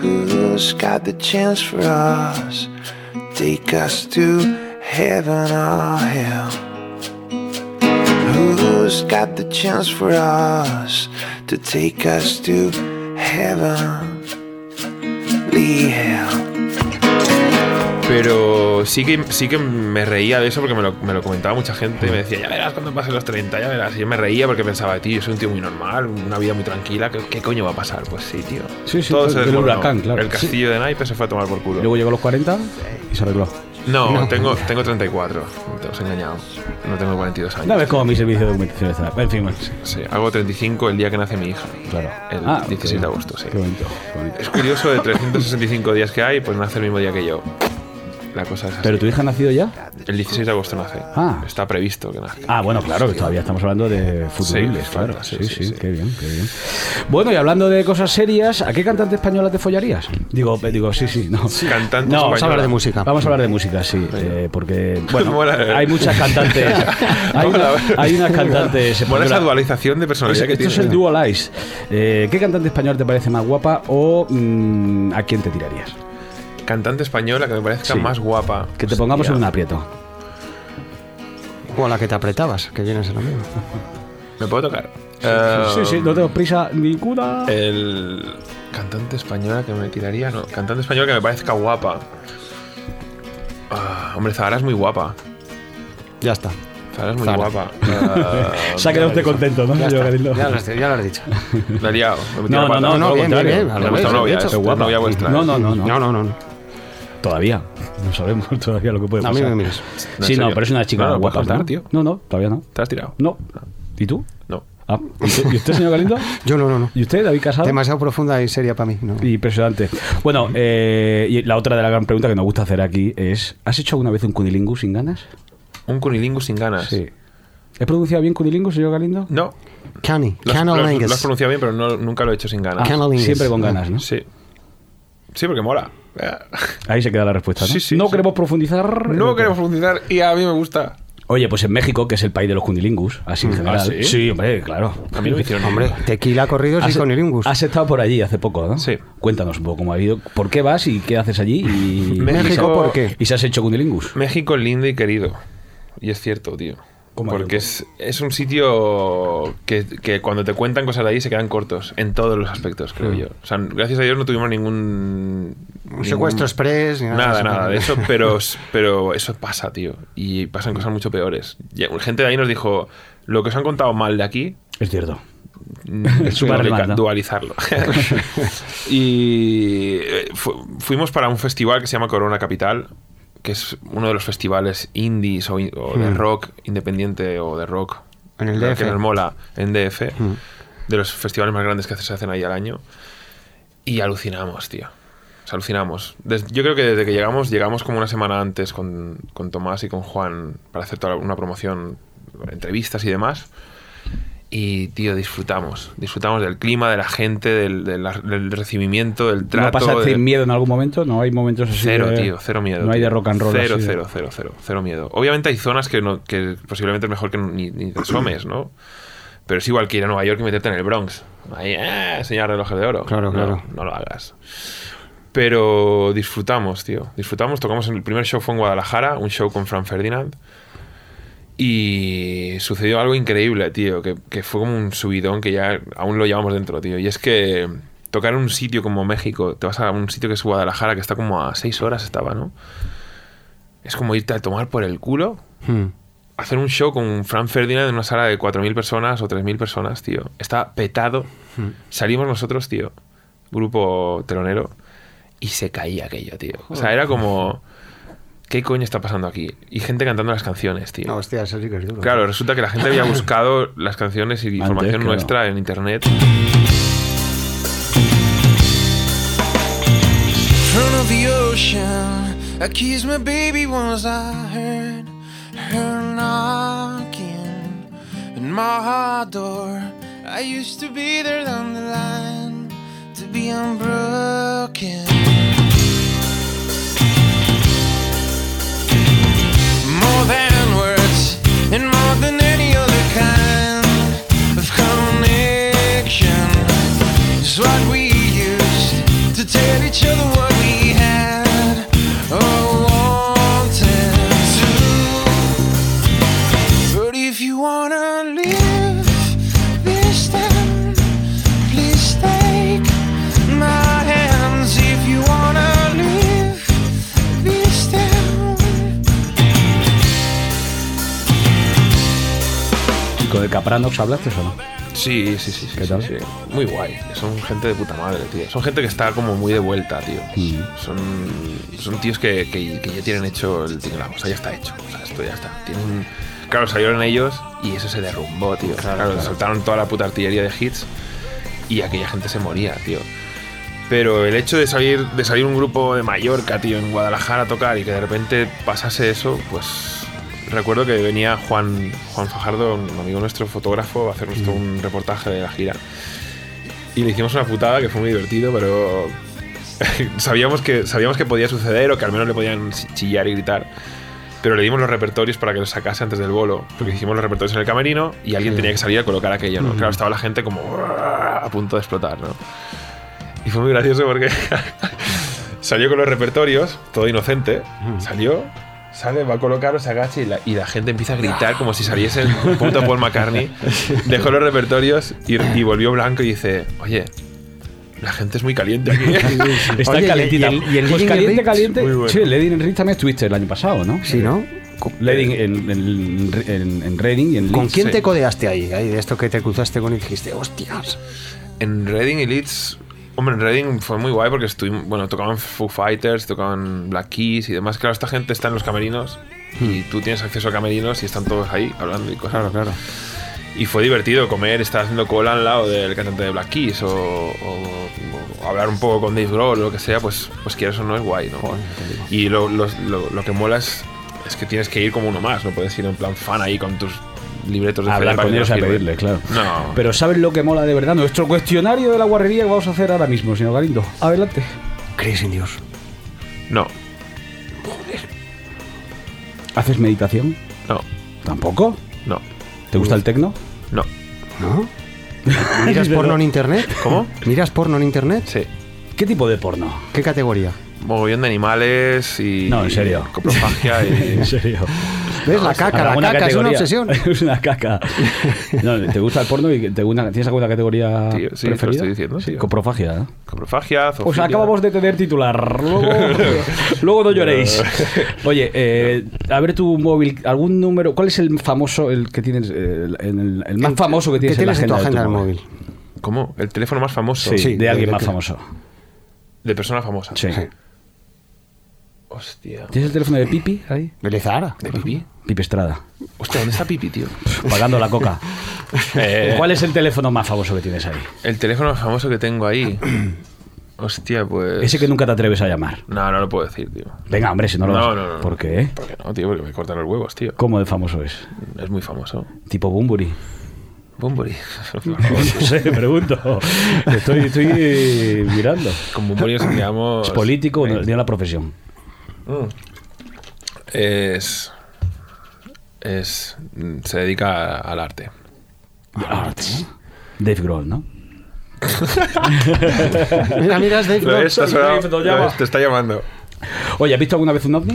H: who's got the chance for us. Take us to heaven or hell. Who's got the chance for us to take us to heaven? Lee hell.
G: Pero sí que, sí que me reía de eso porque me lo, me lo comentaba mucha gente y me decía, ya verás cuando pasen los 30, ya verás. Y yo me reía porque pensaba, tío, yo soy un tío muy normal, una vida muy tranquila, ¿qué, qué coño va a pasar? Pues sí, tío.
B: Sí, sí,
G: Todo
B: el-
G: se
B: el
G: desmoronó.
B: huracán, claro.
G: El castillo de naipes se fue a tomar por culo.
B: Luego llegó a los 40 y se arregló.
G: No, Tengo, tengo 34, te os he engañado. No tengo 42 años.
B: Una vez como mi servicio de documentación está. En fin, bueno, sí,
G: Sí, hago 35 el día que nace mi hija.
B: claro.
G: El
B: Ah,
G: 16 de
B: qué-
G: agosto, sí.
B: Qué bonito, qué bonito.
G: Es curioso, de 365 días que hay, pues nace el mismo día que yo. La cosa es así.
B: ¿Pero tu hija ha nacido ya?
G: El 16 de agosto nace.
B: Ah.
G: Está previsto que nazca.
B: Ah, bueno, claro, que todavía estamos hablando de futuribles,
G: Sí,
B: claro.
G: claro,
B: Sí
G: sí,
B: sí,
G: sí, sí.
B: qué bien, qué bien. Bueno, y hablando de cosas serias, ¿a qué cantante española te follarías? Digo, pe- digo, sí, sí, no.
G: Cantante
B: No, vamos
F: Vamos a hablar de
G: española.
F: música.
B: Vamos a hablar de música, sí, eh, porque bueno,
G: Mola.
B: hay muchas cantantes, hay, una-
G: Mola.
B: hay unas cantantes.
G: Mola esa
B: españolas-
G: dualización de
B: Es-
G: personalidad que
B: esto
G: tiene.
B: es el Dual Eyes. Eh, ¿Qué cantante español te parece más guapa o mm, a quién te tirarías?
G: Cantante española que me parezca
B: Sí.
G: más guapa.
B: Que te pongamos en un aprieto.
F: O a la que te apretabas, que viene a ser lo mismo.
G: ¿Me puedo tocar? Eh,
B: sí, sí, no tengo prisa ninguna.
G: El cantante española que me tiraría, no. Cantante española que me parezca guapa. Ah, hombre, Zahara es muy guapa.
F: Ya está.
G: Zahara es muy
F: Zahara.
G: guapa. Ah,
B: Se ha quedado usted contento, ¿no?
F: Ya,
B: Yo,
F: está.
B: Gabriel?
F: Ya lo has- ya lo has dicho.
G: La he liado. me he
B: No,
G: tirado
B: no,
G: pata.
B: no, no,
F: no,
B: bien,
F: bien,
B: bien,
F: bien, al
G: Me
F: revés,
G: gusta una novia,
F: de hecho.
G: esta, una novia vuestra.
B: No, no, no, no,
F: No, no, no. no.
B: Todavía. No sabemos todavía lo que puede
F: A
B: pasar.
F: mí me mires.
G: ¿En
B: Sí, no,
G: serio?
B: pero es una chica
G: No, no,
B: guapa.
G: puedes contar,
B: ¿no?
G: tío.
B: no, no, todavía no.
G: ¿Te has tirado?
B: No. ¿Y tú?
G: No.
B: Ah, ¿y usted, y usted, señor Galindo?
F: Yo no, no, no.
B: ¿Y usted, David Casado?
F: Demasiado profunda y seria para mí. No.
B: Impresionante. Bueno, eh, y la otra de la gran pregunta que nos gusta hacer aquí es: ¿has hecho alguna vez un cunilingus sin ganas?
G: Un cunilingus sin ganas.
B: ¿He pronunciado bien cunilingus, señor Galindo?
G: No.
F: Canny.
G: Lo has, lo has- lo has
F: Canalingus.
G: pronunciado bien, pero no- nunca lo he hecho sin ganas.
F: Ah. Canalingus.
B: Siempre con ganas, ¿no?
G: Sí. Sí, porque mola.
B: Ah.
G: Eh.
B: Ahí se queda la respuesta. ¿no?
G: Sí, sí,
B: no
G: sí.
B: queremos profundizar. en
G: No
B: el
G: queremos
B: tema.
G: profundizar y a mí me gusta.
B: Oye, pues en México, que es el país de los cunilingus, así en general.
G: Mm, ah, ¿sí?
B: hombre, claro.
G: A mí no me hicieron
F: Hombre, tequila corridos y
B: Has,
F: con iringus.
B: has estado por allí hace poco, ¿no?
G: Sí.
B: Cuéntanos un poco cómo ha ido. ¿Por qué vas y qué haces allí? Y,
G: México,
B: y-
G: ¿por
F: qué?
B: ¿Y se has hecho cunilingus?
G: México es lindo y querido. Y es cierto, tío.
B: ¿Cómo
G: Porque
B: ayuda?
G: es, es un sitio que, que cuando te cuentan cosas de ahí se quedan cortos en todos los aspectos, creo yo. O sea, gracias a Dios no tuvimos ningún.
F: Un
G: ningún-
F: secuestro express. ni
G: Nada,
F: eso.
G: nada de eso, pero, pero eso pasa, tío. Y pasan cosas mucho peores. Y gente de ahí nos dijo: Lo que os han contado mal de aquí,
B: Es cierto.
G: Mm,
B: Es súper
G: dualica-
B: alemán, ¿no?
G: dualizarlo. y eh, fu- fuimos para un festival que se llama Corona Capital, que es uno de los festivales indies o, in- o de rock independiente o de rock.
F: Hmm. En el Hmm.
G: que
F: DF.
G: nos mola, en DF. De los festivales más grandes que se hacen ahí al año. Y alucinamos, tío. O sea, alucinamos. Des- yo creo que desde que llegamos, llegamos como una semana antes con, con Tomás y con Juan para hacer toda una promoción, entrevistas y demás. Y, tío, disfrutamos. Disfrutamos del clima, de la gente, del, del- del recibimiento, del trato.
B: ¿No pasaste
G: del-
B: miedo en algún momento? ¿No hay momentos así?
G: Cero,
B: de-
G: tío, cero miedo.
B: eh. No hay
G: tío.
B: de rock and roll.
G: Cero,
B: así de-
G: cero, cero, cero, cero miedo. Obviamente hay zonas que, no, que posiblemente es mejor que ni, ni te asomes, ¿no? Pero es igual que ir a Nueva York y meterte en el Bronx. Ahí, eh, señor relojes de oro.
F: Claro,
G: No,
F: claro.
G: No lo hagas. Pero disfrutamos, tío. Disfrutamos. Tocamos en el primer show fue en Guadalajara, un show con Fran Ferdinand. Y sucedió algo increíble, tío, que, que fue como un subidón que ya aún lo llevamos dentro, tío. Y es que tocar en un sitio como México, te vas a un sitio que es Guadalajara, que está como a seis horas, estaba, ¿no? Es como irte a tomar por el culo,
F: Hmm.
G: hacer un show con Fran Ferdinand en una sala de 4.000 personas o 3.000 personas, tío. Está petado. Salimos nosotros, tío, grupo telonero, y se caía aquello, tío. O sea, era como... ¿Qué coño está pasando aquí? Y gente cantando las canciones, tío.
F: No, hostia, eso sí que es duro.
G: Claro, resulta que la gente había buscado las canciones y información
B: claro.
G: nuestra en internet.
H: front of the ocean. I kissed my baby once I heard her knocking in my heart door. I used to be there on the line to be unbroken. More than words and more than any other kind of connection. It's what we used to tell each other what we had or wanted to. But if you wanna live this time, please take my hands. If you wanna live this time.
B: ¿Y con el Capranox hablaste o no?
G: Sí, sí, sí. sí,
B: ¿Qué
G: sí,
B: tal?
G: sí. Muy guay. Son gente de puta madre, tío. Son gente que está como muy de vuelta, tío. Son, son tíos que, que- que ya tienen hecho el tío, la cosa ya está hecho. O sea, esto ya está. Tienen, claro, salieron ellos y eso se derrumbó, tío. Claro, soltaron toda la puta artillería de hits y aquella gente se moría, tío. Pero el hecho de salir, de salir un grupo de Mallorca, tío, en Guadalajara a tocar y que de repente pasase eso, pues recuerdo que venía Juan, Juan Fajardo, un amigo nuestro, fotógrafo, a hacernos todo un reportaje de la gira. Y le hicimos una putada que fue muy divertido, pero sabíamos, que, sabíamos que podía suceder o que al menos le podían chillar y gritar. Pero le dimos los repertorios para que los sacase antes del bolo, porque hicimos los repertorios en el camerino y alguien tenía que salir a colocar aquello, ¿no? Claro, estaba la gente como a punto de explotar, ¿no? Y fue muy gracioso porque salió con los repertorios, todo inocente, salió, sale, va a colocarlo, se agacha y la, y la gente empieza a gritar como si saliese el puto Paul McCartney. Dejó los repertorios y, y volvió blanco y dice, oye, la gente es muy caliente aquí.
B: Está
F: Oye, y-
B: calentita.
F: y el- y el
B: pues
F: Leading
B: caliente,
F: Rich,
B: caliente.
G: muy bueno.
B: Sí, Lady en Rich también estuviste el año pasado, ¿no?
F: Sí, ¿no? Co-
B: Lady en, en, en- en Reading y en
F: ¿Con
B: Leeds.
F: quién
G: Sí.
F: te codeaste ahí? ahí? De esto que te cruzaste con él y dijiste, hostias.
G: En Reading y Leeds. Hombre, en Reading fue muy guay porque estuvimos. Bueno, tocaban Foo Fighters, tocaban Black Keys y demás. Claro, esta gente está en los camerinos y
B: Hmm.
G: tú tienes acceso a camerinos y están todos ahí hablando y cosas.
F: claro.
G: Y fue divertido comer, estar haciendo cola al lado del cantante de Black Keys o, o- o hablar un poco con Dave Grohl o lo que sea, pues, pues quieras o no es guay, ¿no? y lo, los- lo- lo que mola es, es que tienes que ir como uno más, no puedes ir en plan fan ahí con tus libretos de
B: A hablar
G: Fede para
B: con
G: que
B: ellos
G: te
B: a
G: los firmen.
B: pedirle, claro.
G: No.
B: Pero ¿sabes lo que mola de verdad? Nuestro cuestionario de la guarrería que vamos a hacer ahora mismo, señor Galindo. Adelante.
F: ¿Crees en Dios?
G: No,
B: ¿Haces meditación?
G: no,
B: Tampoco.
G: no,
B: ¿Te gusta el tecno?
G: no.
F: ¿No? ¿Miras porno en internet?
G: ¿Cómo?
F: ¿Miras porno en internet?
G: Sí.
B: ¿Qué tipo de porno?
F: ¿Qué categoría?
G: Mogollón de animales y.
B: No, en serio.
G: Coprofagia y.
B: En serio.
F: ¿Ves? La caca, la
B: ¿Alguna
F: caca es una
B: categoría?
F: obsesión.
B: es una caca. No, ¿Te gusta el porno y te gusta- tienes alguna categoría
G: Tío, sí, te lo
B: preferida?
G: estoy diciendo,
B: Sí,
G: tío.
B: coprofagia. ¿eh?
G: Coprofagia, zoofilia.
B: Os acabamos de tener titular. Luego, luego no lloréis. Oye, eh, a ver tu móvil, algún número. ¿Cuál es el famoso, el que tienes, eh, el, el- el más famoso que tienes,
F: ¿Qué tienes en tu
B: la
F: agenda
B: agenda
F: del
B: de tu
F: móvil?
G: ¿Cómo? El teléfono más famoso.
B: Sí,
F: Sí,
B: de
F: de-
B: alguien
F: de
B: más
F: que-
B: famoso.
G: De persona famosa.
B: Sí.
G: Hostia.
B: ¿Tienes el teléfono de Pipi ahí?
F: ¿De Zahara?
G: ¿De pipí?
B: Pipi Estrada,
G: Hostia, ¿dónde está pipí, tío?
B: pagando la coca.
G: Eh,
B: ¿Cuál es el teléfono más famoso que tienes ahí?
G: El teléfono más famoso que tengo ahí. Hostia, pues.
B: Ese que nunca te atreves a llamar.
G: No, no lo puedo decir, tío.
B: Venga, hombre, si no lo
G: No,
B: vas a-
G: no, no, no.
B: ¿Por qué?
G: ¿Por qué no, tío? Porque me cortan los huevos, tío.
B: ¿Cómo de famoso es?
G: Es muy famoso.
B: Tipo Bumburi.
G: Bumburi.
B: no sé, pregunto. Estoy, estoy eh, mirando.
G: Con Bumburi nos quedamos.
B: ¿Es
F: Pues,
B: político o
F: eh,
B: no? Tiene la profesión?
F: Ah,
G: Mm. Es. Es. mm, Se dedica a- al arte.
B: Arts. Dave Grohl, ¿no?
F: Mira, mira, es Dave
G: Lo
F: Grohl.
G: ves, te ha
B: soy
G: sonado-
B: Dave, lo
G: lo
B: llama.
G: ves, te está llamando.
B: Oye, ¿has visto alguna vez un ovni?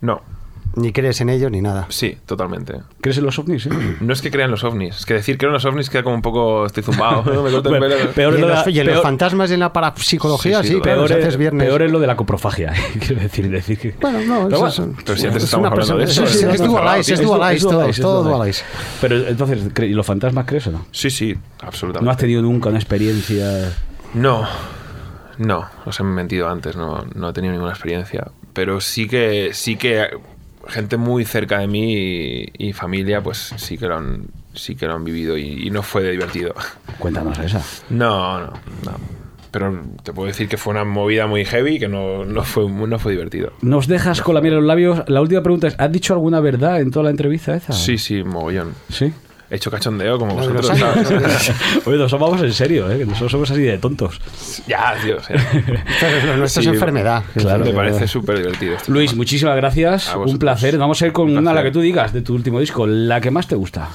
G: No,
F: Ni crees en ellos ni nada.
G: sí, totalmente.
B: ¿Crees en los ovnis? eh?
G: No es que crean los ovnis, es que decir que eran los ovnis queda como un poco. Estoy zumbado, ¿no? me corto el
B: Bueno,
G: pelo.
B: Peor es
F: y en
B: lo de
F: los,
B: la-
F: y en los
B: peor-
F: fantasmas y en la parapsicología,
G: Sí,
F: sí,
G: sí, total.
F: pero
B: Peor
F: los haces
B: es,
F: viernes.
B: peor es lo de la coprofagia, eh, quiero decir. decir que...
F: Bueno, no,
B: Pero
F: eso
B: bueno,
F: es un-
G: pero si antes
F: es
G: estábamos
F: una
G: hablando de
F: persona-
G: eso,
F: sí, sí,
G: ¿no?
F: es dual eyes, es dual eyes, todo,
B: dual eyes, es
F: todo
B: dual
F: dual
B: eyes.
F: eyes.
B: Pero entonces, cre- ¿y los fantasmas crees o no?
G: Sí, sí,
B: ¿No has
G: absolutamente.
B: tenido nunca una experiencia...?
G: No, no, os he mentido antes, no, no he tenido ninguna experiencia. Pero sí que, sí que gente muy cerca de mí y, y familia, pues sí que lo han, sí que lo han vivido y, y no fue de divertido.
B: Cuéntanos esa.
G: No, no, no. Pero te puedo decir que fue una movida muy heavy y que no, no, fue, no fue divertido.
B: Nos dejas con la miel en los labios. La última pregunta es, ¿has dicho alguna verdad en toda la entrevista esa?
G: Sí, sí, mogollón.
B: ¿Sí?
G: He hecho cachondeo como
F: de los
G: vosotros. ¿sabes?
B: Oye, nos vamos en serio, ¿eh? que nosotros somos así de tontos.
G: ya, tío. o sea,
F: Pero lo nuestro
G: Sí,
F: es enfermedad.
B: claro,
G: me parece súper divertido. esto.
B: Luis, muchísimas gracias.
G: A
B: Un
G: vosotros.
B: placer. Vamos a ir con
G: Un
B: una, la
G: placer.
B: que tú digas, de tu último disco. La que más te gusta.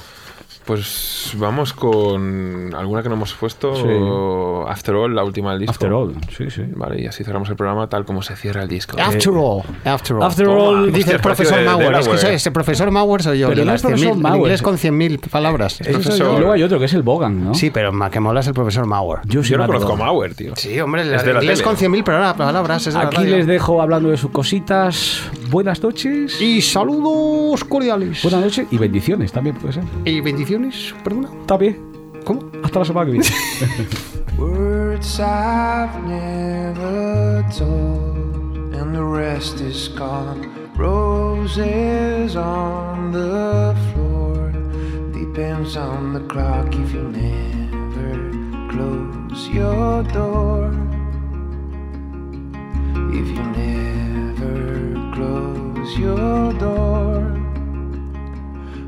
G: Pues vamos con alguna que no hemos puesto.
B: Sí.
G: o After All, la última del disco.
B: After All. Sí, sí.
G: Vale, y así cerramos el programa tal como se cierra el disco. Eh,
F: After all, after all.
B: After all,
F: Dice el
G: Hostia, parece
F: profesor
G: de- de
F: Mauer. Es que
G: Delaware.
F: ese, ese profesor Mauer soy yo.
B: Pero
F: de
B: no
F: las
B: es profesor
F: 100.000,
B: Mauer.
F: En inglés con 100.000 palabras.
B: Eso es-
G: Profesor.
B: y luego hay otro que es el Bogan, ¿no?
F: Sí, pero ma- que mola es el profesor Mauer.
B: Yo, sí
G: Yo no
B: me
G: conozco a
B: acuerdo.
G: Mauer, tío.
F: Sí, hombre,
G: Es de
F: en
G: la
F: inglés
G: tele.
F: con 100.000 palabra- palabras. es de la
B: Aquí
F: radio.
B: les dejo hablando de sus cositas. Buenas noches.
F: Y saludos cordiales.
B: Buenas noches y bendiciones también puede ser.
F: Y bendiciones, perdona.
B: También.
F: ¿Cómo?
B: Hasta la semana que viene.
H: Words I've never told, and the rest is gone. Roses on the floor, depends on the clock if you never close your door. If you never close your door,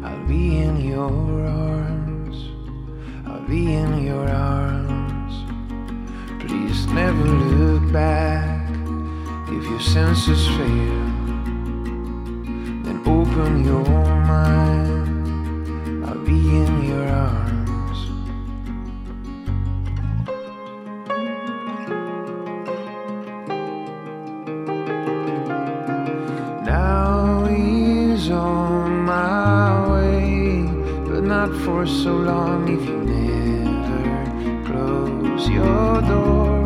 H: I'll be in your arms. I'll be in your arms. Please never look back. If your senses fail, then open your mind. I'll be in your arms. Now he's on my way, but not for so long if you never close your door.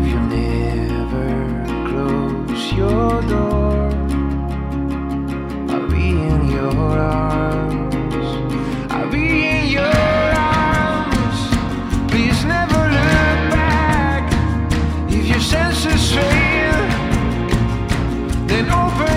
H: If you never close your door, I'll be in your arms. I'll be in your arms. Please never look back if your senses fail then open